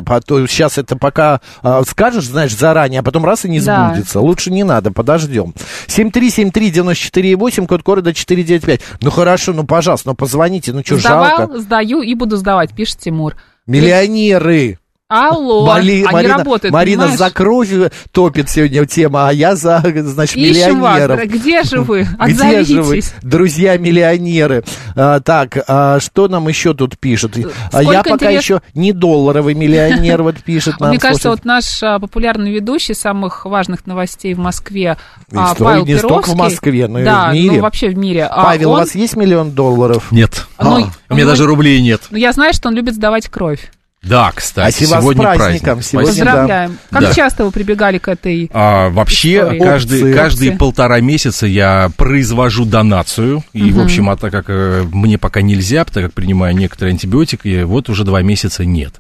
Speaker 4: сейчас это пока а, скажешь, знаешь, заранее, а потом раз и не
Speaker 2: Да.
Speaker 4: сбудется. Лучше не надо, подождем. 7373948, код города 495. Ну хорошо, ну пожалуйста, ну позвоните, ну что,
Speaker 2: Сдавал,
Speaker 4: жалко.
Speaker 2: сдаю и буду сдавать, пишет Тимур.
Speaker 4: Миллионеры.
Speaker 2: Алло,
Speaker 4: Мали-
Speaker 2: они
Speaker 4: Марина,
Speaker 2: работают,
Speaker 4: Марина
Speaker 2: понимаешь?
Speaker 4: за кровь топит сегодня тема, а я за, значит,
Speaker 2: Ищем вас, Э,
Speaker 4: миллионеров.
Speaker 2: где же вы?
Speaker 4: Где же вы,
Speaker 2: Отзовитесь.
Speaker 4: друзья-миллионеры? А, так, а что нам еще тут пишут? А я
Speaker 2: Сколько
Speaker 4: пока
Speaker 2: интерес-
Speaker 4: еще не долларовый миллионер, вот пишет нам.
Speaker 2: Мне кажется,
Speaker 4: слушатель.
Speaker 2: вот наш а, популярный ведущий самых важных новостей в Москве
Speaker 4: И
Speaker 2: а,
Speaker 4: сто-
Speaker 2: Павел
Speaker 4: не столько в
Speaker 2: Перовский.
Speaker 4: Москве, но и
Speaker 2: да,
Speaker 4: в мире.
Speaker 2: ну, вообще в мире. А
Speaker 4: Павел, у
Speaker 2: он-
Speaker 4: вас есть миллион долларов?
Speaker 5: Нет.
Speaker 2: Ну,
Speaker 5: А, У меня
Speaker 2: ну,
Speaker 5: даже рублей нет.
Speaker 2: ну, я знаю, что он любит сдавать кровь.
Speaker 5: Да, кстати,
Speaker 4: А сегодня с
Speaker 5: сегодня
Speaker 4: праздником,
Speaker 5: праздник.
Speaker 4: сегодня-
Speaker 5: Спасибо.
Speaker 2: Поздравляем.
Speaker 5: Да.
Speaker 2: Как
Speaker 5: Да.
Speaker 2: часто вы прибегали к этой?
Speaker 5: А, вообще,
Speaker 2: Истории.
Speaker 5: каждый,
Speaker 4: Опции.
Speaker 5: каждые
Speaker 2: Опции.
Speaker 5: полтора месяца я произвожу донацию. И, в общем, а так как э, мне пока нельзя, так как принимаю некоторые антибиотики, и вот уже два месяца нет.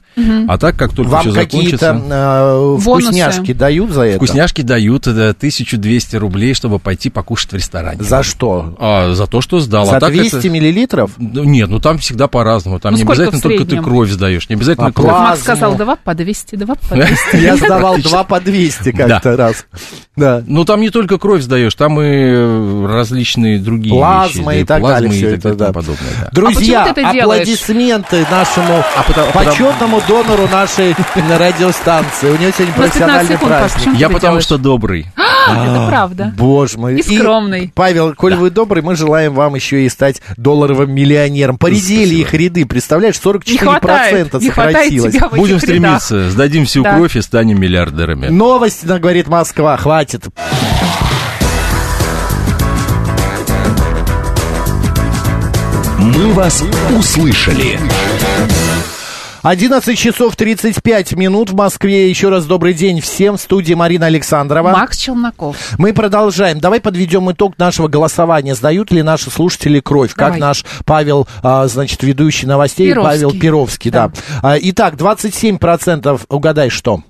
Speaker 5: А так как только все
Speaker 4: Вам какие-то
Speaker 5: закончится...
Speaker 4: э,
Speaker 2: Бонусы.
Speaker 4: вкусняшки дают за это?
Speaker 5: Вкусняшки дают э, 1200 рублей, чтобы пойти покушать в ресторане.
Speaker 4: За что?
Speaker 5: А, за то, что сдал.
Speaker 4: За
Speaker 5: а так это-
Speaker 4: 200 миллилитров?
Speaker 5: Ну, Нет, ну там всегда по-разному. Там
Speaker 2: Ну,
Speaker 5: не
Speaker 2: сколько
Speaker 5: обязательно
Speaker 2: в
Speaker 5: только ты
Speaker 2: среднем?
Speaker 5: кровь сдаешь. Не обязательно
Speaker 4: А
Speaker 5: кровь.
Speaker 4: план-
Speaker 2: Макс сказал,
Speaker 4: ну.
Speaker 2: два по 200, два по 200.
Speaker 4: Я сдавал 2 по 200 как-то раз. Да.
Speaker 5: Ну, там не только кровь сдаешь, там и э, различные другие
Speaker 4: Плазма
Speaker 5: вещи,
Speaker 4: и так далее,
Speaker 5: плазмы
Speaker 4: всё это, да.
Speaker 5: тому подобное, да.
Speaker 4: Друзья,
Speaker 2: А почему ты это делаешь?
Speaker 4: аплодисменты нашему
Speaker 5: потому-
Speaker 4: почетному донору нашей радиостанции. У него сегодня
Speaker 2: У нас 15
Speaker 4: профессиональный
Speaker 2: секунд, Паш,
Speaker 4: праздник.
Speaker 2: почему ты
Speaker 5: Я
Speaker 2: это
Speaker 5: потому
Speaker 2: делаешь?
Speaker 5: что добрый.
Speaker 2: А, это правда.
Speaker 4: Боже мой.
Speaker 2: И скромный.
Speaker 4: Павел, коль вы добрый, мы желаем вам еще и стать долларовым миллионером. Поредели их ряды, представляешь, 44%
Speaker 2: Не хватает, не хватает
Speaker 4: сократилось.
Speaker 2: тебя в этих
Speaker 5: Будем
Speaker 2: рядах.
Speaker 5: стремиться, сдадим всю
Speaker 2: Да.
Speaker 5: кровь и станем миллиардерами.
Speaker 4: Новость, нам говорит Москва, хватит.
Speaker 3: «Мы вас услышали».
Speaker 4: 11 часов 35 минут в Москве. Еще раз добрый день всем. В студии Марина Александрова.
Speaker 2: Макс Челноков.
Speaker 4: Мы продолжаем. Давай подведем итог нашего голосования. Сдают ли наши слушатели кровь? Как
Speaker 2: Давай.
Speaker 4: наш Павел, а, значит, ведущий новостей,
Speaker 2: Перовский.
Speaker 4: Павел Перовский, да.
Speaker 2: Да.
Speaker 4: А, Итак, 27% угадай что?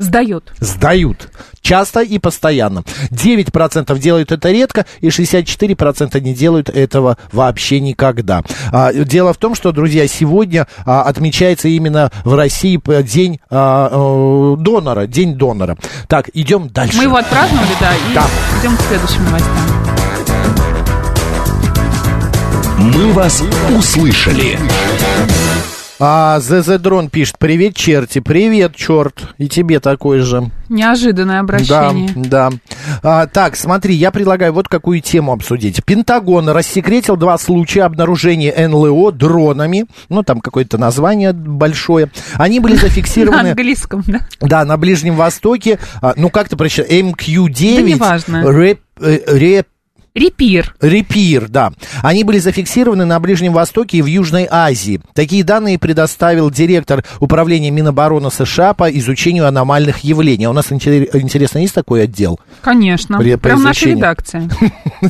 Speaker 2: Сдает.
Speaker 4: Сдают. Часто и постоянно. 9% делают это редко, и 64% не делают этого вообще никогда. А, дело в том, что, друзья, сегодня а, отмечается именно в России п- день а, э, донора. День донора. Так, идем дальше.
Speaker 2: Мы его отпраздновали, да, и
Speaker 4: Да.
Speaker 2: идем к следующим новостям.
Speaker 3: «Мы вас услышали».
Speaker 4: А ЗЗ Дрон пишет, привет, черти, привет, черт, и тебе такой же.
Speaker 2: Неожиданное обращение.
Speaker 4: Да, да. А, так, смотри, я предлагаю вот какую тему обсудить. Пентагон рассекретил два случая обнаружения НЛО дронами, ну там какое-то название большое. Они были
Speaker 2: На
Speaker 4: зафиксированы...
Speaker 2: английском, да.
Speaker 4: Да, на Ближнем Востоке, а, ну как ты прочитал, МК-9...
Speaker 2: Да неважно.
Speaker 4: Реп, э, реп-
Speaker 2: Репир.
Speaker 4: Репир, да. Они были зафиксированы на Ближнем Востоке и в Южной Азии. Такие данные предоставил директор управления Минобороны США по изучению аномальных явлений. А У нас интер- интересно, есть такой отдел?
Speaker 2: Конечно.
Speaker 4: При-
Speaker 2: Прям наша
Speaker 4: произвещении.
Speaker 2: редакция.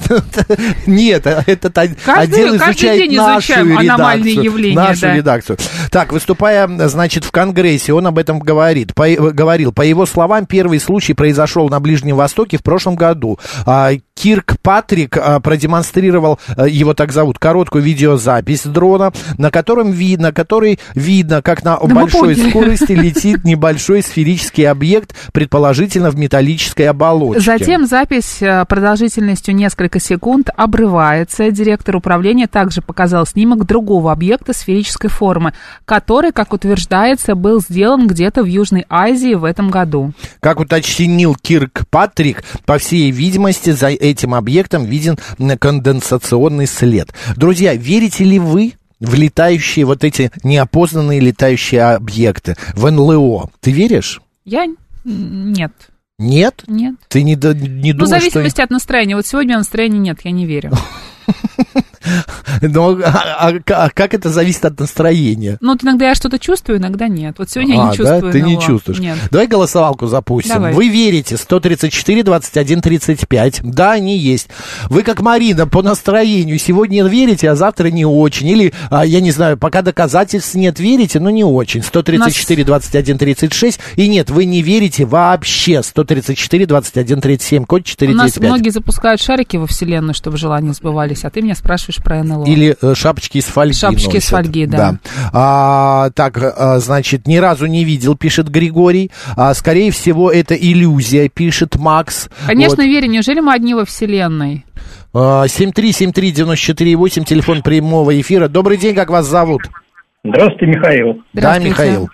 Speaker 4: Нет, а этот од-
Speaker 2: Каждый-
Speaker 4: отдел
Speaker 2: каждый
Speaker 4: изучает
Speaker 2: день
Speaker 4: нашу
Speaker 2: изучаем аномальные
Speaker 4: редакцию,
Speaker 2: явления,
Speaker 4: Нашу
Speaker 2: да.
Speaker 4: редакцию. Так, выступая, значит, в Конгрессе, он об этом говорит. По, говорил, по его словам, первый случай произошел на Ближнем Востоке в прошлом году. А, Кирк Патрик а, продемонстрировал, а, его так зовут, короткую видеозапись дрона, на котором видно, который видно, как на
Speaker 2: мы
Speaker 4: большой
Speaker 2: поняли.
Speaker 4: скорости летит небольшой сферический объект, предположительно в металлической оболочке.
Speaker 2: Затем запись э, продолжительностью несколько секунд обрывается. Директор управления также показал снимок другого объекта сферической формы, который, как утверждается, был сделан где-то в Южной Азии в этом году.
Speaker 4: Как уточнил Кирк Патрик, по всей видимости, за этим объектом виден м, конденсационный след. Друзья, верите ли вы в летающие вот эти неопознанные летающие объекты, в НЛО? Ты веришь?
Speaker 2: Я... н- Нет.
Speaker 4: Нет?
Speaker 2: Нет.
Speaker 4: Ты не, до- не
Speaker 2: Ну, в
Speaker 4: думаешь, что...
Speaker 2: зависимости от настроения. Вот сегодня у меня настроения нет, я не верю.
Speaker 4: Но, а, а- а как это зависит от настроения?
Speaker 2: Ну, вот иногда я что-то чувствую, иногда нет. Вот сегодня я
Speaker 4: а,
Speaker 2: не чувствую.
Speaker 4: да? Ты не
Speaker 2: того.
Speaker 4: чувствуешь.
Speaker 2: Нет.
Speaker 4: Давай голосовалку запустим.
Speaker 2: Давай.
Speaker 4: Вы верите 134, 21, 35. Да, они есть. Вы, как Марина, по настроению сегодня верите, а завтра не очень. Или, а, я не знаю, пока доказательств нет, верите, но не очень. 134, 21, 36. И нет, вы не верите вообще. 134, 21, 37.
Speaker 2: У
Speaker 4: Код
Speaker 2: нас
Speaker 4: 495.
Speaker 2: многие запускают шарики во Вселенную, чтобы желания сбывались, а ты меня спрашиваешь про НЛО.
Speaker 4: Или э, шапочки из фольги.
Speaker 2: Шапочки из
Speaker 4: носят.
Speaker 2: фольги, да.
Speaker 4: А, так, а, значит, ни разу не видел, пишет Григорий. А, скорее всего, это иллюзия, пишет Макс.
Speaker 2: Конечно, верю, неужели мы одни во Вселенной?
Speaker 4: Вот. А, 7373948, телефон прямого эфира. Добрый день, как вас зовут?
Speaker 6: Здравствуйте, Михаил.
Speaker 4: Да,
Speaker 2: Здравствуйте.
Speaker 4: Михаил.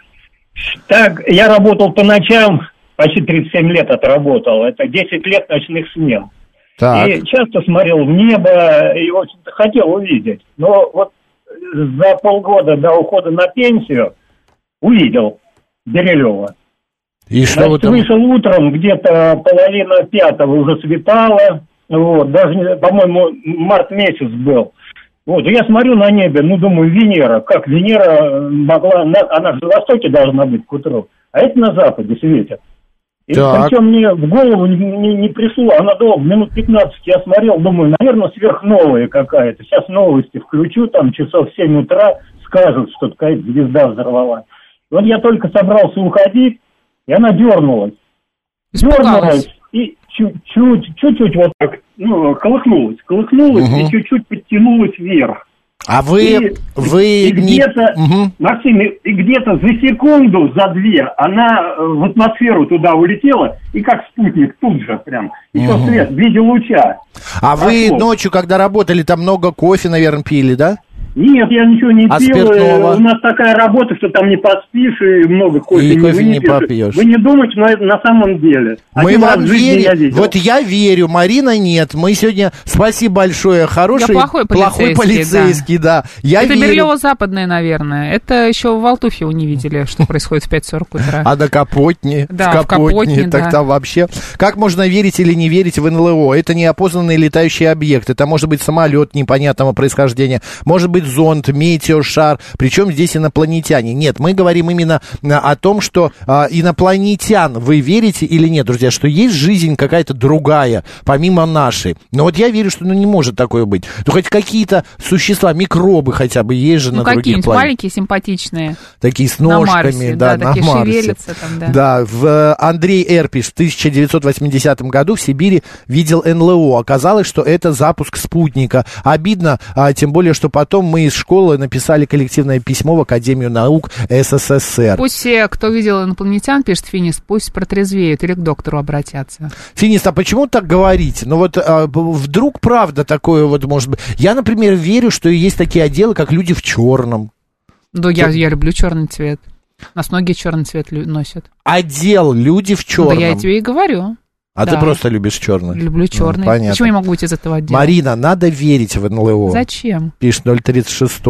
Speaker 6: Так, я работал по ночам, почти 37 лет отработал. Это 10 лет ночных смен.
Speaker 4: Так.
Speaker 6: И часто смотрел в небо и, в общем-то, хотел увидеть. Но вот за полгода до ухода на пенсию увидел Берилева.
Speaker 4: И что вы
Speaker 6: Значит,
Speaker 4: там?
Speaker 6: вышел утром, где-то половина пятого уже светало. Вот, даже, не- по-моему, март месяц был. Вот, и я смотрю на небе, ну, думаю, Венера. Как Венера э, могла... на- она же на востоке должна быть к утру, а это на западе светит. И
Speaker 4: Так.
Speaker 6: причем мне в голову не, не- не пришло, она долго, минут 15 я смотрел, думаю, наверное, сверхновая какая-то. Сейчас новости включу, там часов в 7 утра скажут, что какая-то звезда взорвалась. И Вот я только собрался уходить, и она дернулась.
Speaker 2: Испугалась.
Speaker 6: Дернулась и чуть-чуть, чуть-чуть вот так, ну, колыхнулась, колыхнулась
Speaker 4: Мгм.
Speaker 6: и чуть-чуть подтянулась вверх.
Speaker 4: А вы...
Speaker 6: и-
Speaker 4: вы
Speaker 6: и
Speaker 4: не-
Speaker 6: где-то-
Speaker 4: Мгм.
Speaker 6: Максим, и и где-то за секунду, за две, она э, в атмосферу туда улетела, и как спутник тут же прям. Еще
Speaker 4: Мгм.
Speaker 6: свет в виде луча.
Speaker 4: А вы
Speaker 6: Прошло.
Speaker 4: ночью, когда работали, там много кофе, наверное, пили, да?
Speaker 6: Нет, я ничего не
Speaker 4: А
Speaker 6: пил. э,
Speaker 4: спиртного?
Speaker 6: У нас такая работа, что там не поспишь, и много кофе,
Speaker 4: И
Speaker 6: не,
Speaker 4: кофе не
Speaker 6: выпьешь.
Speaker 4: попьешь.
Speaker 6: Вы не думаете, но это на самом деле.
Speaker 4: Мы
Speaker 6: Один раз
Speaker 4: вам
Speaker 6: А в жизни я
Speaker 4: верим.
Speaker 6: видел.
Speaker 4: вот я верю, Марина нет. Мы сегодня, спасибо большое, хороший,
Speaker 2: Я плохой полицейский, да.
Speaker 4: полицейский, да. Я
Speaker 2: это
Speaker 4: верю.
Speaker 2: Берлево западное, наверное. Это еще в Волтухе не видели, что происходит в 5.40 утра.
Speaker 4: А на Капотне,
Speaker 2: Да,
Speaker 4: в
Speaker 2: в
Speaker 4: Капотне,
Speaker 2: Капотне,
Speaker 4: так
Speaker 2: да.
Speaker 4: там вообще. Как можно верить или не верить в НЛО? Это неопознанные летающие объекты. Это может быть самолет непонятного происхождения, может быть зонд, метеошар. Причем здесь инопланетяне. Нет, мы говорим именно а, о том, что а, инопланетян вы верите или нет, друзья, что есть жизнь какая-то другая, помимо нашей. Но вот я верю, что ну, не может такое быть. Ну, хоть какие-то существа, микробы хотя бы есть же
Speaker 2: ну,
Speaker 4: на других
Speaker 2: какие-нибудь
Speaker 4: планетах.
Speaker 2: маленькие, симпатичные.
Speaker 4: Такие с
Speaker 2: На
Speaker 4: ножками,
Speaker 2: Марсе,
Speaker 4: да,
Speaker 2: да,
Speaker 4: на
Speaker 2: такие
Speaker 4: Марсе.
Speaker 2: шевелятся там, да.
Speaker 4: в э, Андрей Эрпиш в 1980 году в Сибири видел НЛО. Оказалось, что это запуск спутника. Обидно, а, тем более, что потом мы из школы написали коллективное письмо в Академию наук СССР.
Speaker 2: Пусть все, кто видел инопланетян, пишет Финис, пусть протрезвеют или к доктору обратятся.
Speaker 4: Финист, а почему так говорите? Ну вот а, б- вдруг правда такое вот может быть. Я, например, верю, что есть такие отделы, как люди в черном.
Speaker 2: Да, Ну, я,
Speaker 4: Чё-
Speaker 2: я люблю черный цвет. Нас многие черный цвет лю- носят. Ну,
Speaker 4: Отдел люди в черном.
Speaker 2: Да я тебе и говорю.
Speaker 4: а ты
Speaker 2: да.
Speaker 4: просто любишь черный.
Speaker 2: Люблю черный.
Speaker 4: Ну, понятно.
Speaker 2: Почему я не могу быть из этого отдела?
Speaker 4: Марина, надо верить в НЛО.
Speaker 2: Зачем?
Speaker 4: пишет 036.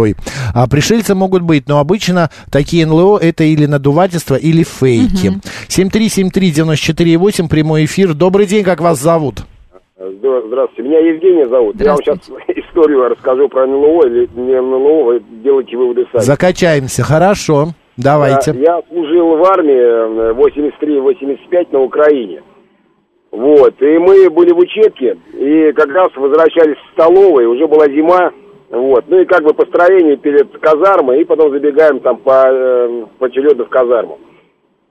Speaker 4: А пришельцы могут быть, но обычно такие НЛО это или надувательство, или фейки. 7373948, прямой эфир. Добрый день, как вас зовут?
Speaker 5: Здра- Здравствуйте. Меня Евгения зовут. Я вам сейчас историю расскажу про НЛО или не НЛО, вы делайте выводы сами.
Speaker 4: Закачаемся. Хорошо.
Speaker 5: Э,
Speaker 4: Давайте.
Speaker 5: Я служил в армии э, 83-85 на Украине. Вот. И мы были в учебке, и как раз возвращались в столовой, уже была зима. Вот. Ну и как бы построение перед казармой, и потом забегаем там по, э, поочередно в казарму.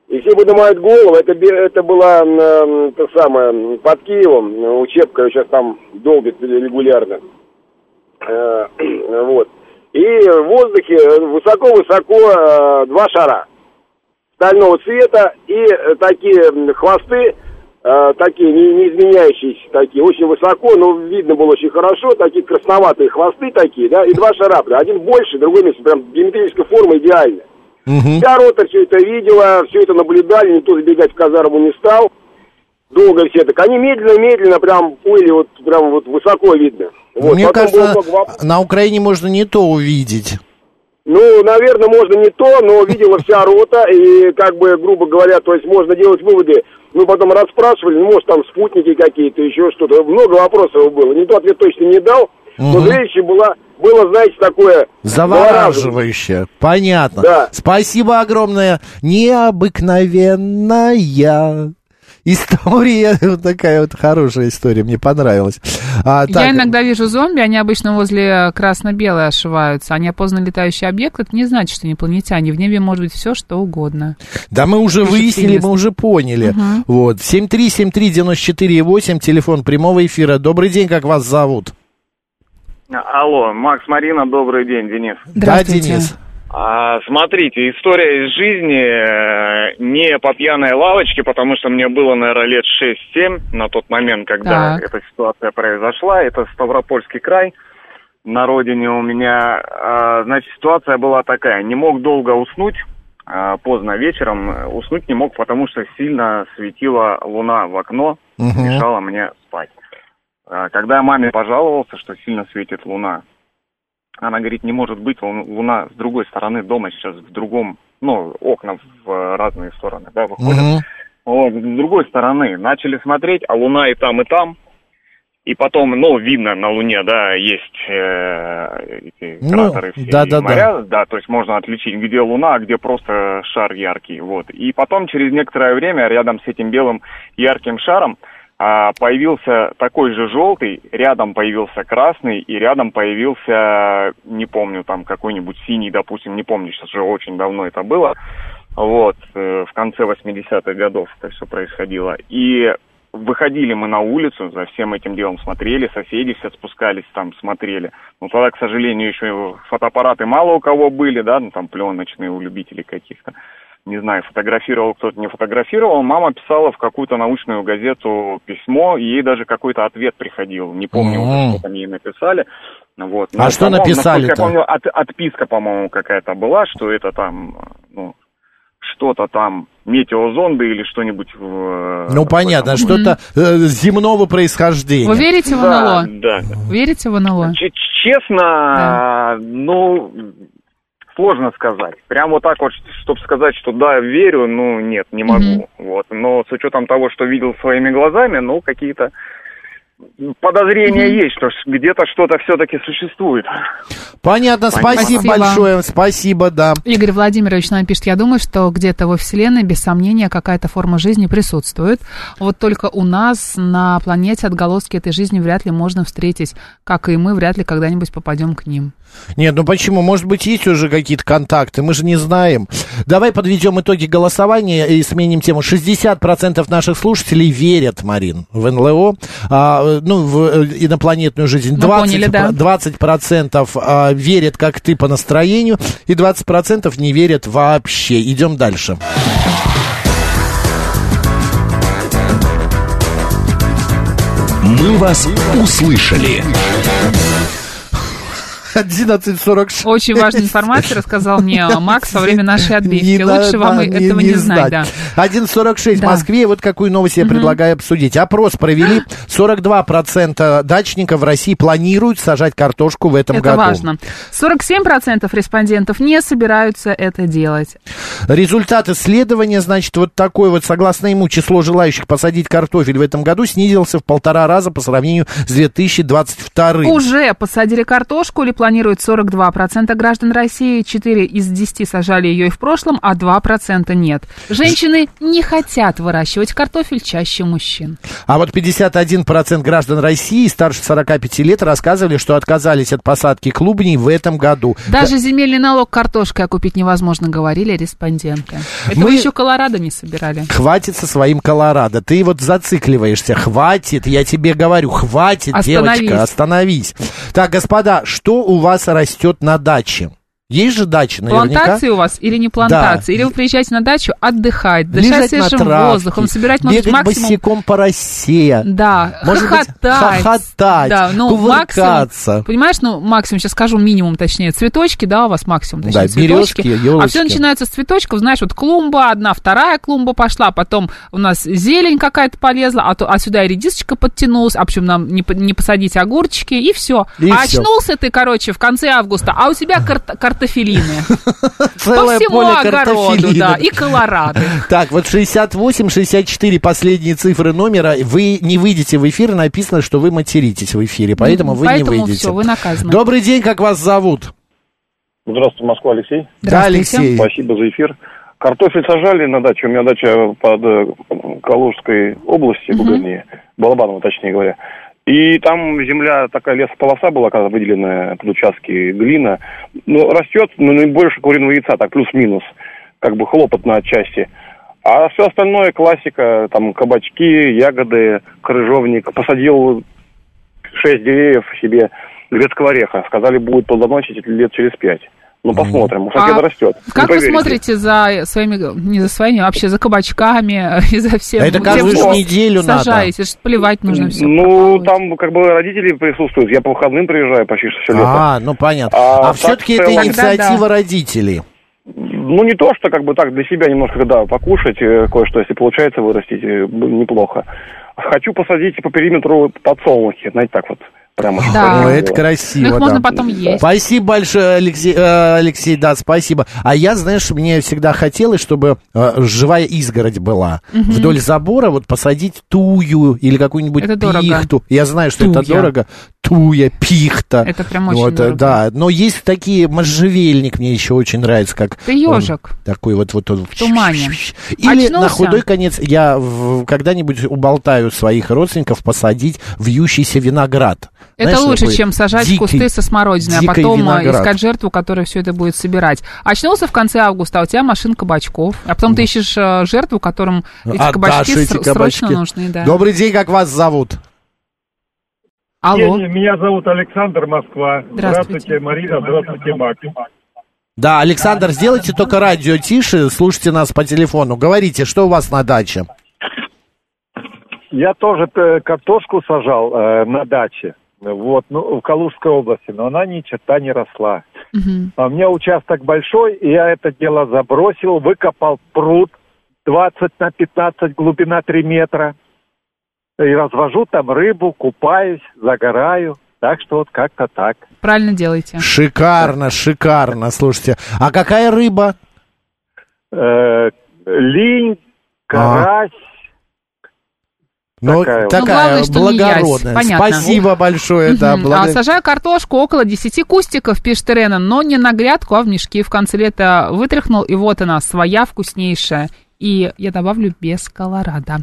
Speaker 5: И все поднимают голову. Это, бе- это была м, э, та самая, м, под Киевом э, учебка, сейчас там долбит регулярно. Э, вот. И в воздухе э, высоко-высоко э, два шара стального цвета и э, такие м, хвосты, э, такие не, не изменяющиеся, такие очень высоко, но видно было очень хорошо, такие красноватые хвосты такие, да, и два шара, прям, один больше, другой меньше, прям геометрическая форма идеальная.
Speaker 4: Мгм.
Speaker 5: Вся рота все это видела, все это наблюдали, никто забегать в казарму не стал. Долго все так. Они медленно-медленно прям плыли, вот прям вот высоко видно. Вот.
Speaker 4: Мне
Speaker 5: Потом был
Speaker 4: кажется,
Speaker 5: много воп-
Speaker 4: на Украине можно не то увидеть.
Speaker 5: ну, наверное, можно не то, но видела вся рота, и, как бы, грубо говоря, то есть можно делать выводы,
Speaker 7: Мы потом расспрашивали, ну, может, там спутники какие-то, еще что-то. Много вопросов было. Никто ответ точно не дал, но
Speaker 4: Мгм.
Speaker 7: зрелище было, было, знаете, такое...
Speaker 4: Завораживающе. Понятно.
Speaker 7: Да.
Speaker 4: Спасибо огромное. Необыкновенная история. Вот такая вот хорошая история. Мне понравилась. А,
Speaker 2: Я
Speaker 4: так,
Speaker 2: иногда вижу зомби, они обычно возле красно-белой ошиваются. Они опознанно летающий объект, это не значит, что инопланетяне. В небе может быть все, что угодно.
Speaker 4: Да мы уже
Speaker 2: Пишет
Speaker 4: выяснили,
Speaker 2: Филис.
Speaker 4: мы уже поняли.
Speaker 2: Мгм.
Speaker 4: Вот. 7373948, телефон прямого эфира. Добрый день, как вас зовут?
Speaker 6: Алло, Макс, Марина, добрый день, Денис.
Speaker 4: Да, Денис?
Speaker 6: А, смотрите, история из жизни э, не по пьяной лавочке, потому что мне было, наверное, лет 6-7 на тот момент, когда
Speaker 8: Так.
Speaker 6: эта ситуация произошла. Это Ставропольский край. На родине у меня, а, значит, ситуация была такая. Не мог долго уснуть, а, поздно вечером э, уснуть не мог, потому что сильно светила луна в окно,
Speaker 4: Мгм.
Speaker 6: мешала мне спать. А, Когда я маме пожаловался, что сильно светит луна, она говорит, не может быть, лун- луна с другой стороны дома сейчас, в другом, ну, окна в э, разные стороны, да, выходят. Вот, с другой стороны, начали смотреть, а луна и там, и там. И потом, ну, видно на Луне, да, есть э, эти
Speaker 4: Ну,
Speaker 6: кратеры все,
Speaker 4: да,
Speaker 6: и
Speaker 4: да, да.
Speaker 6: моря, да, то есть можно отличить, где Луна, а где просто шар яркий, вот. И потом через некоторое время рядом с этим белым ярким шаром а, появился такой же желтый, рядом появился красный, и рядом появился, не помню, там какой-нибудь синий, допустим, не помню, сейчас уже очень давно это было, вот, э, в конце 80-х годов это все происходило. И выходили мы на улицу, за всем этим делом смотрели, соседи все спускались там, смотрели. Ну, тогда, к сожалению, еще фотоаппараты мало у кого были, да, ну, там пленочные у любителей каких-то. Не знаю, фотографировал кто-то, не фотографировал. Мама писала в какую-то научную газету письмо, и ей даже какой-то ответ приходил. Не помню, уже,
Speaker 4: Мгм.
Speaker 6: что там ей написали. Ну, Вот.
Speaker 4: А что
Speaker 6: по-моему,
Speaker 4: написали-то?
Speaker 6: насколько Я помню, от- отписка, по-моему, какая-то была, что это там, ну, что-то там, метеозонды или что-нибудь. в-
Speaker 4: Ну, понятно, что-то э, земного происхождения.
Speaker 2: Вы верите в
Speaker 6: Да,
Speaker 2: НЛО?
Speaker 6: да.
Speaker 2: Верите в НЛО?
Speaker 6: Ч- Честно, ну, сложно сказать. Прям вот так вот, чтобы сказать, что да, верю, ну, нет, не могу. Вот. Но с учетом того, что видел своими глазами, ну, какие-то подозрения
Speaker 4: Мгм.
Speaker 6: есть, что ж где-то что-то все-таки существует.
Speaker 4: Понятно, спасибо,
Speaker 2: Спасибо.
Speaker 4: большое, спасибо, да.
Speaker 2: Игорь Владимирович нам пишет, я думаю, что где-то во Вселенной, без сомнения, какая-то форма жизни присутствует. Вот только у нас на планете отголоски этой жизни вряд ли можно встретить, как и мы вряд ли когда-нибудь попадем к ним.
Speaker 4: Нет, ну почему? Может быть, есть уже какие-то контакты, мы же не знаем. Давай подведем итоги голосования и сменим тему. 60% наших слушателей верят, Марин, в НЛО, а, ну, в э, инопланетную жизнь.
Speaker 2: Мы
Speaker 4: 20,
Speaker 2: поняли, да.
Speaker 4: 20% а, верят, как ты, по настроению, и 20% не верят вообще. Идем дальше.
Speaker 3: «Мы вас услышали».
Speaker 4: 11.46.
Speaker 2: Очень важную информацию рассказал мне А, Макс во время нашей отбивки.
Speaker 4: Не
Speaker 2: Лучше
Speaker 4: надо,
Speaker 2: вам
Speaker 4: да,
Speaker 2: и этого не знать, да.
Speaker 4: 1.46 в Москве. И Вот какую новость я предлагаю обсудить. Опрос провели.
Speaker 2: А.
Speaker 4: 42% дачников в России планируют сажать картошку в этом
Speaker 2: Это
Speaker 4: году.
Speaker 2: важно. 47% респондентов не собираются это делать.
Speaker 4: Результат исследования, значит, вот такой вот, согласно ему, число желающих посадить картофель в этом году снизился в полтора раза по сравнению с 2022.
Speaker 2: Уже посадили картошку или планируют 42% граждан России, 4 из 10 сажали ее и в прошлом, а 2% нет. Женщины не хотят выращивать картофель чаще мужчин.
Speaker 4: А вот 51% граждан России старше 45 лет рассказывали, что отказались от посадки клубней в этом году.
Speaker 2: Даже земельный налог картошкой окупить невозможно, говорили респонденты. Это
Speaker 4: Мы-
Speaker 2: вы еще Колорадо не собирали.
Speaker 4: Хватит со своим Колорадо. Ты вот зацикливаешься. Хватит, я тебе говорю, хватит,
Speaker 2: Остановись.
Speaker 4: девочка, остановись. Так, господа, что у вас растет на даче? Есть же дачи наверняка?
Speaker 2: Плантации у вас или не плантации? Или вы приезжаете на дачу отдыхать, дышать
Speaker 4: Лежать на
Speaker 2: свежим
Speaker 4: травке,
Speaker 2: воздухом, собирать, может,
Speaker 4: бегать
Speaker 2: максимум...
Speaker 4: босиком по России.
Speaker 2: Да,
Speaker 4: Может быть,
Speaker 2: хохотать.
Speaker 4: хохотать,
Speaker 2: да, ну,
Speaker 4: кувыркаться.
Speaker 2: максимум, понимаешь, ну, максимум, сейчас скажу минимум, точнее, цветочки, да, у вас максимум, точнее,
Speaker 4: Да,
Speaker 2: цветочки.
Speaker 4: березки, елочки.
Speaker 2: А все начинается с цветочков, знаешь, вот клумба одна, вторая клумба пошла, потом у нас зелень какая-то полезла, а, то, а сюда и редисочка подтянулась, а почему нам не, по- не посадить огурчики, и все.
Speaker 4: И
Speaker 2: а
Speaker 4: всё.
Speaker 2: очнулся ты, короче, в конце августа, а у тебя карт- картофелины.
Speaker 4: Целое
Speaker 2: По всему
Speaker 4: поле
Speaker 2: огороду,
Speaker 4: картофелина.
Speaker 2: да, и колорады.
Speaker 4: Так, вот 68-64 последние цифры номера. Вы не выйдете в эфир, написано, что вы материтесь в эфире, поэтому вы не
Speaker 2: Поэтому
Speaker 4: выйдете.
Speaker 2: все, вы наказаны.
Speaker 4: Добрый день, как вас зовут?
Speaker 8: Здравствуйте, Москва, Алексей.
Speaker 4: Да, Здравствуйте. Алексей.
Speaker 8: Спасибо за эфир. Картофель сажали на даче. У меня дача под э, Калужской области, в Бугорне, Балабаново, точнее говоря. И там земля, такая лесополоса была, когда выделенная под участки глина. Ну, растет, но не больше куриного яйца, так плюс-минус. Как бы хлопотно отчасти. А все остальное классика, там кабачки, ягоды, крыжовник. Посадил шесть деревьев себе грецкого ореха. Сказали, будет плодоносить лет через пять. Ну, посмотрим. Может,
Speaker 2: А
Speaker 8: это растет. Не
Speaker 2: Как вы
Speaker 8: поверите.
Speaker 2: смотрите за своими, не за своими, а вообще за кабачками и за всем?
Speaker 8: Это
Speaker 2: тем,
Speaker 8: каждую
Speaker 2: что
Speaker 8: неделю надо.
Speaker 2: сажаете, ж плевать нужно все.
Speaker 8: Ну, там как бы родители присутствуют. Я по выходным приезжаю почти что все лето.
Speaker 4: А, ну понятно.
Speaker 8: А
Speaker 4: А,
Speaker 8: так
Speaker 4: все-таки
Speaker 8: в
Speaker 4: это
Speaker 8: целом-
Speaker 4: инициатива
Speaker 8: Тогда да.
Speaker 4: родителей.
Speaker 8: Ну, не то, что как бы так для себя немножко, да, покушать э, кое-что, если получается вырастить, э, б- неплохо. Хочу посадить по периметру подсолнухи, знаете, так вот. Прямо
Speaker 2: Да.
Speaker 8: чтобы
Speaker 4: О,
Speaker 8: не
Speaker 4: это
Speaker 8: было.
Speaker 4: красиво.
Speaker 2: Ну, их можно
Speaker 4: да.
Speaker 2: потом есть.
Speaker 4: Спасибо большое, Алексей, э, Алексей, да, спасибо. А я, знаешь, мне всегда хотелось, чтобы э, живая изгородь была.
Speaker 2: Мгм.
Speaker 4: Вдоль забора вот посадить тую или какую-нибудь
Speaker 2: Это
Speaker 4: пихту.
Speaker 2: дорого.
Speaker 4: Я знаю, что это
Speaker 2: Туя.
Speaker 4: дорого. Туя, пихта.
Speaker 2: Это прям очень
Speaker 4: вот, э,
Speaker 2: дорого.
Speaker 4: Да, но есть такие, можжевельник мне еще очень нравится, как...
Speaker 2: Ты
Speaker 4: он
Speaker 2: ежик.
Speaker 4: Такой вот вот он.
Speaker 2: В тумане.
Speaker 4: Или на
Speaker 2: Очнулся?
Speaker 4: худой конец я в- когда-нибудь уболтаю своих родственников посадить вьющийся виноград.
Speaker 2: Это
Speaker 4: Знаешь,
Speaker 2: лучше,
Speaker 4: такой
Speaker 2: чем сажать
Speaker 4: дикий-
Speaker 2: кусты со смородиной, а
Speaker 4: дикий
Speaker 2: потом э,
Speaker 4: виноград.
Speaker 2: искать жертву, которая все это будет собирать. Очнулся в конце августа, а у тебя машин кабачков. А потом ты ищешь э, жертву, которым эти
Speaker 4: Отдашь
Speaker 2: кабачки
Speaker 4: эти
Speaker 2: ср-
Speaker 4: кабачки.
Speaker 2: срочно нужны. Да.
Speaker 4: Добрый день, как вас зовут?
Speaker 2: Алло.
Speaker 9: Евгений, Меня зовут Александр Москва.
Speaker 2: Здравствуйте.
Speaker 9: здравствуйте Марина. Здравствуйте, Мак.
Speaker 4: Да, Александр, сделайте только радио тише, слушайте нас по телефону. Говорите, что у вас на даче?
Speaker 9: Я тоже э, картошку сажал э, на даче, вот, ну, в Калужской области, но она ни черта не росла. А у меня участок большой, и я это дело забросил, выкопал пруд 20 на 15, глубина 3 метра. И развожу там рыбу, купаюсь, загораю. Так что вот как-то так.
Speaker 2: Правильно делаете.
Speaker 4: Шикарно, шикарно, слушайте. А какая рыба?
Speaker 9: Э, линь, карась.
Speaker 4: А, Ну,
Speaker 9: Такая вот.
Speaker 2: Ну, главное,
Speaker 4: такая
Speaker 2: что не ясь.
Speaker 4: благородная.
Speaker 2: Понятно.
Speaker 4: Спасибо большое, да,
Speaker 2: Мгм.
Speaker 4: благо-
Speaker 2: А сажаю картошку около 10 кустиков, пишет Ирена, но не на грядку, а в мешки. В конце лета вытряхнул, и вот она, своя вкуснейшая. И я добавлю без колорада.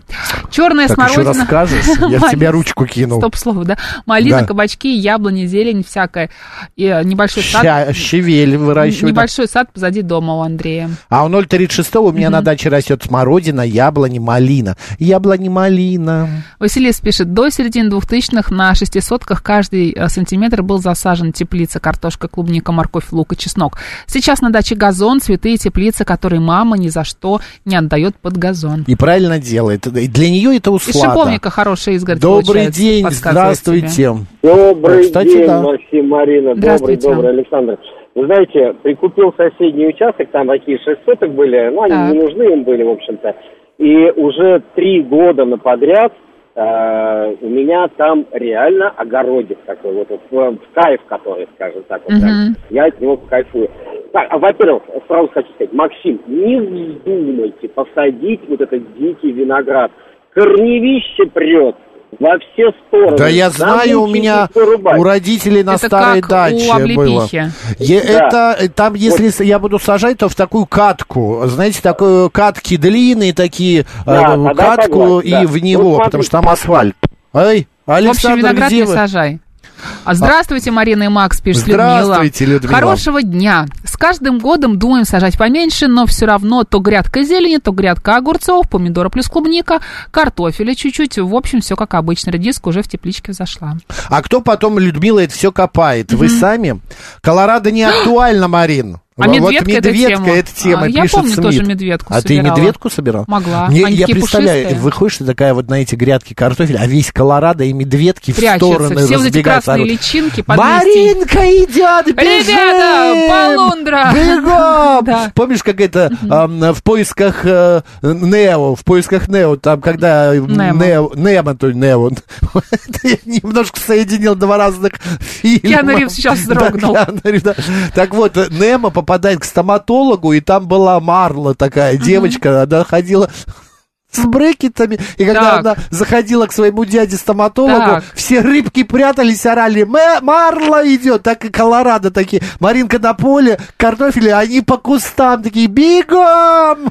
Speaker 2: Черная
Speaker 4: Так еще
Speaker 2: смородина.
Speaker 4: расскажешь, я в тебя ручку кинул.
Speaker 2: Стоп слово, да? Малина,
Speaker 4: Да.
Speaker 2: кабачки, яблони, зелень всякая. И э, небольшой сад.
Speaker 4: Ща- щавель выращивать.
Speaker 2: Небольшой сад позади дома у Андрея.
Speaker 4: А у 036 у меня на даче растет смородина, яблони, малина. Яблони, малина.
Speaker 2: Василис пишет, до середины 2000-х на шестисотках каждый э, сантиметр был засажен теплица, картошка, клубника, морковь, лук и чеснок. Сейчас на даче газон, цветы и теплицы, которые мама ни за что не отдает под газон.
Speaker 4: И правильно делает. И Для нее это
Speaker 2: Из
Speaker 4: услада.
Speaker 2: шиповника хорошая изгородь
Speaker 4: Добрый
Speaker 2: получается,
Speaker 4: день,
Speaker 2: подсказывает тебе.
Speaker 4: здравствуйте.
Speaker 7: Добрый
Speaker 4: Кстати,
Speaker 7: день,
Speaker 4: да.
Speaker 7: Максим Марина. Добрый,
Speaker 4: Здравствуйте.
Speaker 7: добрый, Александр. Вы знаете, прикупил соседний участок, там такие шесть соток были, ну, они
Speaker 10: Так.
Speaker 7: не нужны им были, в общем-то. И уже три года на подряд э, у меня там реально огородик такой, вот, вот в, в кайф который, скажем так. вот так.
Speaker 10: Мгм.
Speaker 7: Я от него кайфую. Так, а, во-первых, сразу хочу сказать, Максим, не вздумайте посадить вот этот дикий виноград. Корневище прет во все стороны.
Speaker 4: Да я знаю, у
Speaker 7: Замучитесь
Speaker 4: меня
Speaker 7: вырубать.
Speaker 4: у родителей на
Speaker 7: Это
Speaker 4: старой
Speaker 7: как у
Speaker 4: даче было.
Speaker 7: облепихи.
Speaker 4: Е-
Speaker 7: Да.
Speaker 4: Это э, там, если с- я буду сажать, то в такую катку, знаете, такую катки длинные такие, э,
Speaker 7: Да, тогда
Speaker 4: катку
Speaker 7: согласен,
Speaker 4: и
Speaker 7: да.
Speaker 4: в
Speaker 7: Вот
Speaker 4: него,
Speaker 7: смотри.
Speaker 4: потому что там асфальт. Эй,
Speaker 2: В общем,
Speaker 4: Александр,
Speaker 2: виноград
Speaker 4: где
Speaker 2: не
Speaker 4: вы?
Speaker 2: сажай. А здравствуйте, Марина и Макс, пишет Людмила.
Speaker 4: Здравствуйте, Людмила.
Speaker 2: Хорошего дня. С каждым годом думаем сажать поменьше, но все равно то грядка зелени, то грядка огурцов, помидора плюс клубника, картофеля чуть-чуть. В общем, все как обычно. Редиска уже в тепличке взошла.
Speaker 4: А кто потом, Людмила, это все копает? Вы сами? Колорадо не актуально, Марин.
Speaker 2: А
Speaker 4: Вот
Speaker 2: медведка, это
Speaker 4: медведка это
Speaker 2: тема.
Speaker 4: тема,
Speaker 2: А, я
Speaker 4: пишет
Speaker 2: помню, тоже
Speaker 4: Смит.
Speaker 2: медведку
Speaker 4: А ты
Speaker 2: собирала.
Speaker 4: медведку собирал?
Speaker 2: Могла.
Speaker 4: Мне,
Speaker 2: Они
Speaker 4: я
Speaker 2: такие
Speaker 4: представляю,
Speaker 2: пушистые.
Speaker 4: выходишь ты такая вот на эти грядки картофеля, а весь Колорадо и медведки
Speaker 2: Прячется.
Speaker 4: в стороны
Speaker 2: Все вот эти
Speaker 4: разбегаются.
Speaker 2: красные
Speaker 4: орут.
Speaker 2: личинки под листья.
Speaker 4: Маринка идет, бежим!
Speaker 2: Ребята, полундра!
Speaker 4: Бегом!
Speaker 2: Да.
Speaker 4: Помнишь, как это ам, в поисках э, Нео, в поисках Нео, там, когда э,
Speaker 2: Немо.
Speaker 4: Нео, Немо, то есть Нео, Это я немножко соединил два разных фильма.
Speaker 2: Киану Ривз сейчас вздрогнул.
Speaker 4: Да, Киану Ривз, да. Так вот, э, Немо попадает к стоматологу, и там была Марла такая, девочка, она ходила с брекетами, и когда
Speaker 2: Так.
Speaker 4: она заходила к своему дяде-стоматологу,
Speaker 2: Так.
Speaker 4: все рыбки прятались, орали, «Мэ- Марла идет, так и Колорадо такие, Маринка на поле, картофели, они по кустам такие, бегом!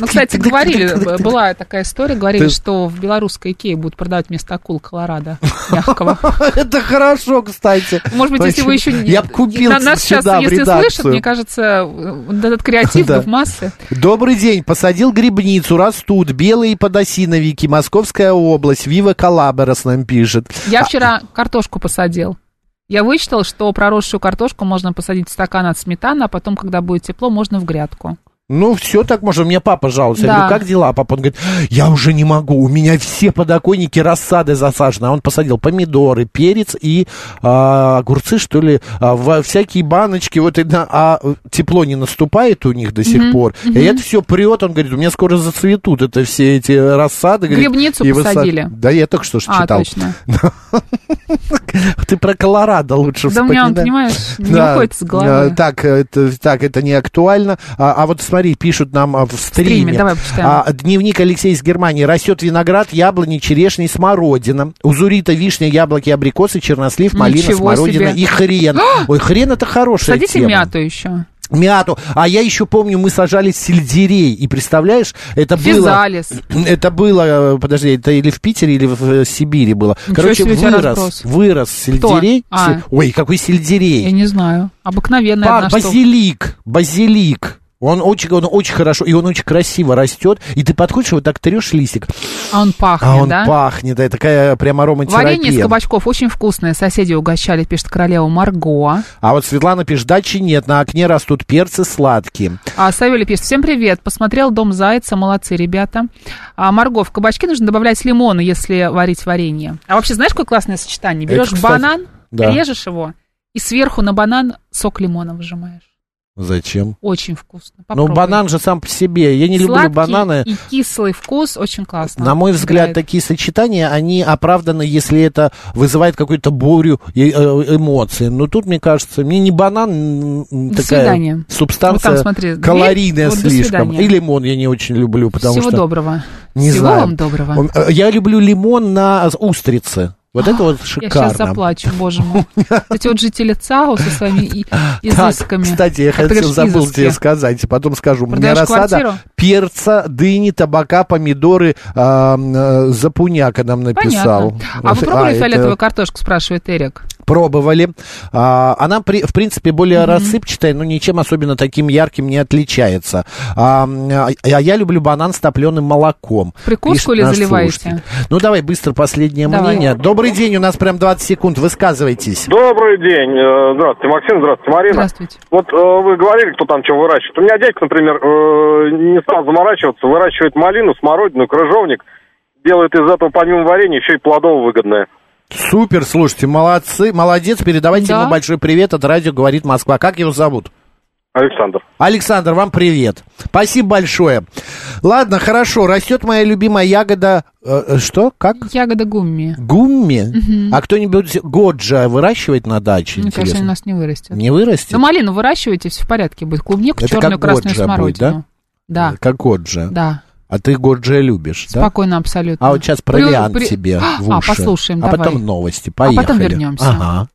Speaker 2: Ну, кстати, говорили, б- была такая история, говорили,
Speaker 4: Ты-
Speaker 2: что в белорусской Икее будут продавать вместо акул Колорадо мягкого.
Speaker 4: Это хорошо, кстати.
Speaker 2: Может быть, если вы еще не...
Speaker 4: Я бы купил
Speaker 2: На- Нас сейчас,
Speaker 4: сюда в
Speaker 2: если слышат,
Speaker 4: редакцию.
Speaker 2: мне кажется, вот этот креатив
Speaker 4: Да.
Speaker 2: в массы.
Speaker 4: Добрый день. Посадил грибницу, растут белые подосиновики. Московская область. Вива Колабора с нам пишет.
Speaker 2: Я вчера картошку посадил. Я вычитал, что проросшую картошку можно посадить в стакан от сметаны, а потом, когда будет тепло, можно в грядку.
Speaker 4: Ну, все так можно. Мне папа жалуется. Я
Speaker 2: Да.
Speaker 4: говорю, как дела, папа? Он говорит, я уже не могу. У меня все подоконники рассады засажены. А он посадил помидоры, перец и а, огурцы, что ли, а, во всякие баночки. Вот, и на- а тепло не наступает у них до сих
Speaker 2: Мгм,
Speaker 4: пор.
Speaker 2: мгм.
Speaker 4: И это все прет. Он говорит, у меня скоро зацветут это все эти рассады. Говорит,
Speaker 2: Грибницу
Speaker 4: и высад-
Speaker 2: посадили.
Speaker 4: Да, я только что ж
Speaker 2: А,
Speaker 4: читал.
Speaker 2: точно.
Speaker 4: Ты про Колорадо лучше
Speaker 2: Да у меня он,
Speaker 4: Ну, вспоминай.
Speaker 2: понимаешь, не
Speaker 4: Да.
Speaker 2: выходит из
Speaker 4: Э,
Speaker 2: головы.
Speaker 4: Так, это, так, это не актуально. А, а вот смотри, пишут нам а, в стриме.
Speaker 2: стриме, давай почитаем.
Speaker 4: А, дневник Алексея из Германии. Растет виноград, яблони, черешни, смородина. Узурита, вишня, яблоки, абрикосы, чернослив, малина,
Speaker 2: Ничего
Speaker 4: смородина
Speaker 2: себе.
Speaker 4: и хрен. Ой, хрен это хорошая
Speaker 2: Садите
Speaker 4: тема.
Speaker 2: мяту еще.
Speaker 4: Мяту. А я еще помню, мы сажали сельдерей. И представляешь, это
Speaker 2: Физалис.
Speaker 4: было... Это было, э, подожди, это или в Питере, или в э, Сибири было.
Speaker 2: Ничего
Speaker 4: Короче,
Speaker 2: себе у тебя
Speaker 4: вырос,
Speaker 2: разброс.
Speaker 4: вырос сельдерей.
Speaker 2: А.
Speaker 4: Се- Ой, какой сельдерей.
Speaker 2: Я не знаю. Обыкновенная
Speaker 4: Пар-
Speaker 2: одна штука.
Speaker 4: базилик, базилик. Он очень, он очень хорошо, и он очень красиво растет. И ты подходишь, вот так трешь листик,
Speaker 2: А он
Speaker 4: а он
Speaker 2: пахнет, да?
Speaker 4: пахнет, да, и такая прям ароматерапия.
Speaker 2: Варенье из кабачков очень вкусное. Соседи угощали, пишет королева Марго.
Speaker 4: А вот Светлана пишет, дачи нет, на окне растут перцы сладкие.
Speaker 2: А Савелий пишет, всем привет, посмотрел «Дом зайца», молодцы ребята. А Марго, в кабачки нужно добавлять лимоны, если варить варенье. А вообще знаешь, какое классное сочетание?
Speaker 4: Это,
Speaker 2: Берешь
Speaker 4: кстати,
Speaker 2: банан,
Speaker 4: да.
Speaker 2: режешь его, и сверху на банан сок лимона выжимаешь.
Speaker 4: Зачем?
Speaker 2: Очень вкусно.
Speaker 4: Ну,
Speaker 2: Попробуй.
Speaker 4: банан же сам по себе. Я не
Speaker 2: Сладкий
Speaker 4: люблю бананы.
Speaker 2: и кислый вкус очень классно.
Speaker 4: На мой взгляд,
Speaker 2: играет.
Speaker 4: такие сочетания, они оправданы, если это вызывает какую-то бурю э, э, эмоций. Но тут, мне кажется, мне не банан м, м,
Speaker 2: До
Speaker 4: такая
Speaker 2: свидания.
Speaker 4: субстанция
Speaker 2: Вот там, смотри, дверь,
Speaker 4: калорийная
Speaker 2: вот до
Speaker 4: слишком.
Speaker 2: свидания.
Speaker 4: И лимон я не очень люблю, потому
Speaker 2: Всего
Speaker 4: что...
Speaker 2: доброго.
Speaker 4: Не
Speaker 2: Всего
Speaker 4: знаю.
Speaker 2: вам доброго. А,
Speaker 4: Он- э, Я люблю лимон на устрице. Вот это вот
Speaker 2: Я
Speaker 4: шикарно.
Speaker 2: сейчас заплачу, боже мой. Эти вот жители ЦАО со своими и-
Speaker 4: Так,
Speaker 2: изысками.
Speaker 4: кстати, я
Speaker 2: Как ты
Speaker 4: хотел,
Speaker 2: говоришь,
Speaker 4: забыл
Speaker 2: изыски.
Speaker 4: тебе сказать, потом скажу. У меня
Speaker 2: Продаешь
Speaker 4: рассада
Speaker 2: квартиру?
Speaker 4: перца, дыни, табака, помидоры, а, м, э, запуняка нам написал.
Speaker 2: Понятно. А вы пробовали
Speaker 4: это-
Speaker 2: фиолетовую картошку, спрашивает Эрик.
Speaker 4: Пробовали. А, она, при- в принципе, более рассыпчатая, но ничем особенно таким ярким не отличается. А, м, а а я люблю банан с топленым молоком.
Speaker 2: Прикуску
Speaker 4: Пишет
Speaker 2: или
Speaker 4: наш
Speaker 2: заливаете?
Speaker 4: слушатель. Ну, давай быстро последнее
Speaker 2: Давай.
Speaker 4: мнение. Добрый день, у нас прям 20 секунд, высказывайтесь.
Speaker 8: Добрый день. Э, Здравствуйте, Максим. Здравствуйте, Марина.
Speaker 2: Здравствуйте.
Speaker 8: Вот э, вы говорили, кто там что выращивает. У меня дядька, например, э, не стал заморачиваться, выращивает малину, смородину, крыжовник. Делает из этого помимо варенья еще и плодово выгодное.
Speaker 4: Супер, слушайте, молодцы, молодец. Передавайте
Speaker 2: Да.
Speaker 4: ему большой привет от радио «Говорит Москва». Как его зовут?
Speaker 8: Александр.
Speaker 4: Александр, вам привет. Спасибо большое. Ладно, хорошо, растет моя любимая ягода... э, э, что? Как?
Speaker 2: Ягода гумми.
Speaker 4: Гумми? А кто-нибудь годжа выращивает на даче,
Speaker 2: Мне кажется, Ну, они у
Speaker 4: интересно?
Speaker 2: нас не вырастет.
Speaker 4: Не вырастет?
Speaker 2: Но малину выращиваете, все в порядке будет. Клубнику,
Speaker 4: Это
Speaker 2: черную,
Speaker 4: как
Speaker 2: красную
Speaker 4: годжа будет,
Speaker 2: смородину.
Speaker 4: да?
Speaker 2: да?
Speaker 4: Э, Как годжа.
Speaker 2: Да,
Speaker 4: А ты годжа любишь, да?
Speaker 2: спокойно абсолютно.
Speaker 4: А вот сейчас
Speaker 2: При-
Speaker 4: бриллиант
Speaker 2: при-
Speaker 4: тебе
Speaker 2: А,
Speaker 4: в уши.
Speaker 2: послушаем,
Speaker 4: А потом
Speaker 2: давай.
Speaker 4: новости. Поехали.
Speaker 2: вернемся.
Speaker 4: Ага.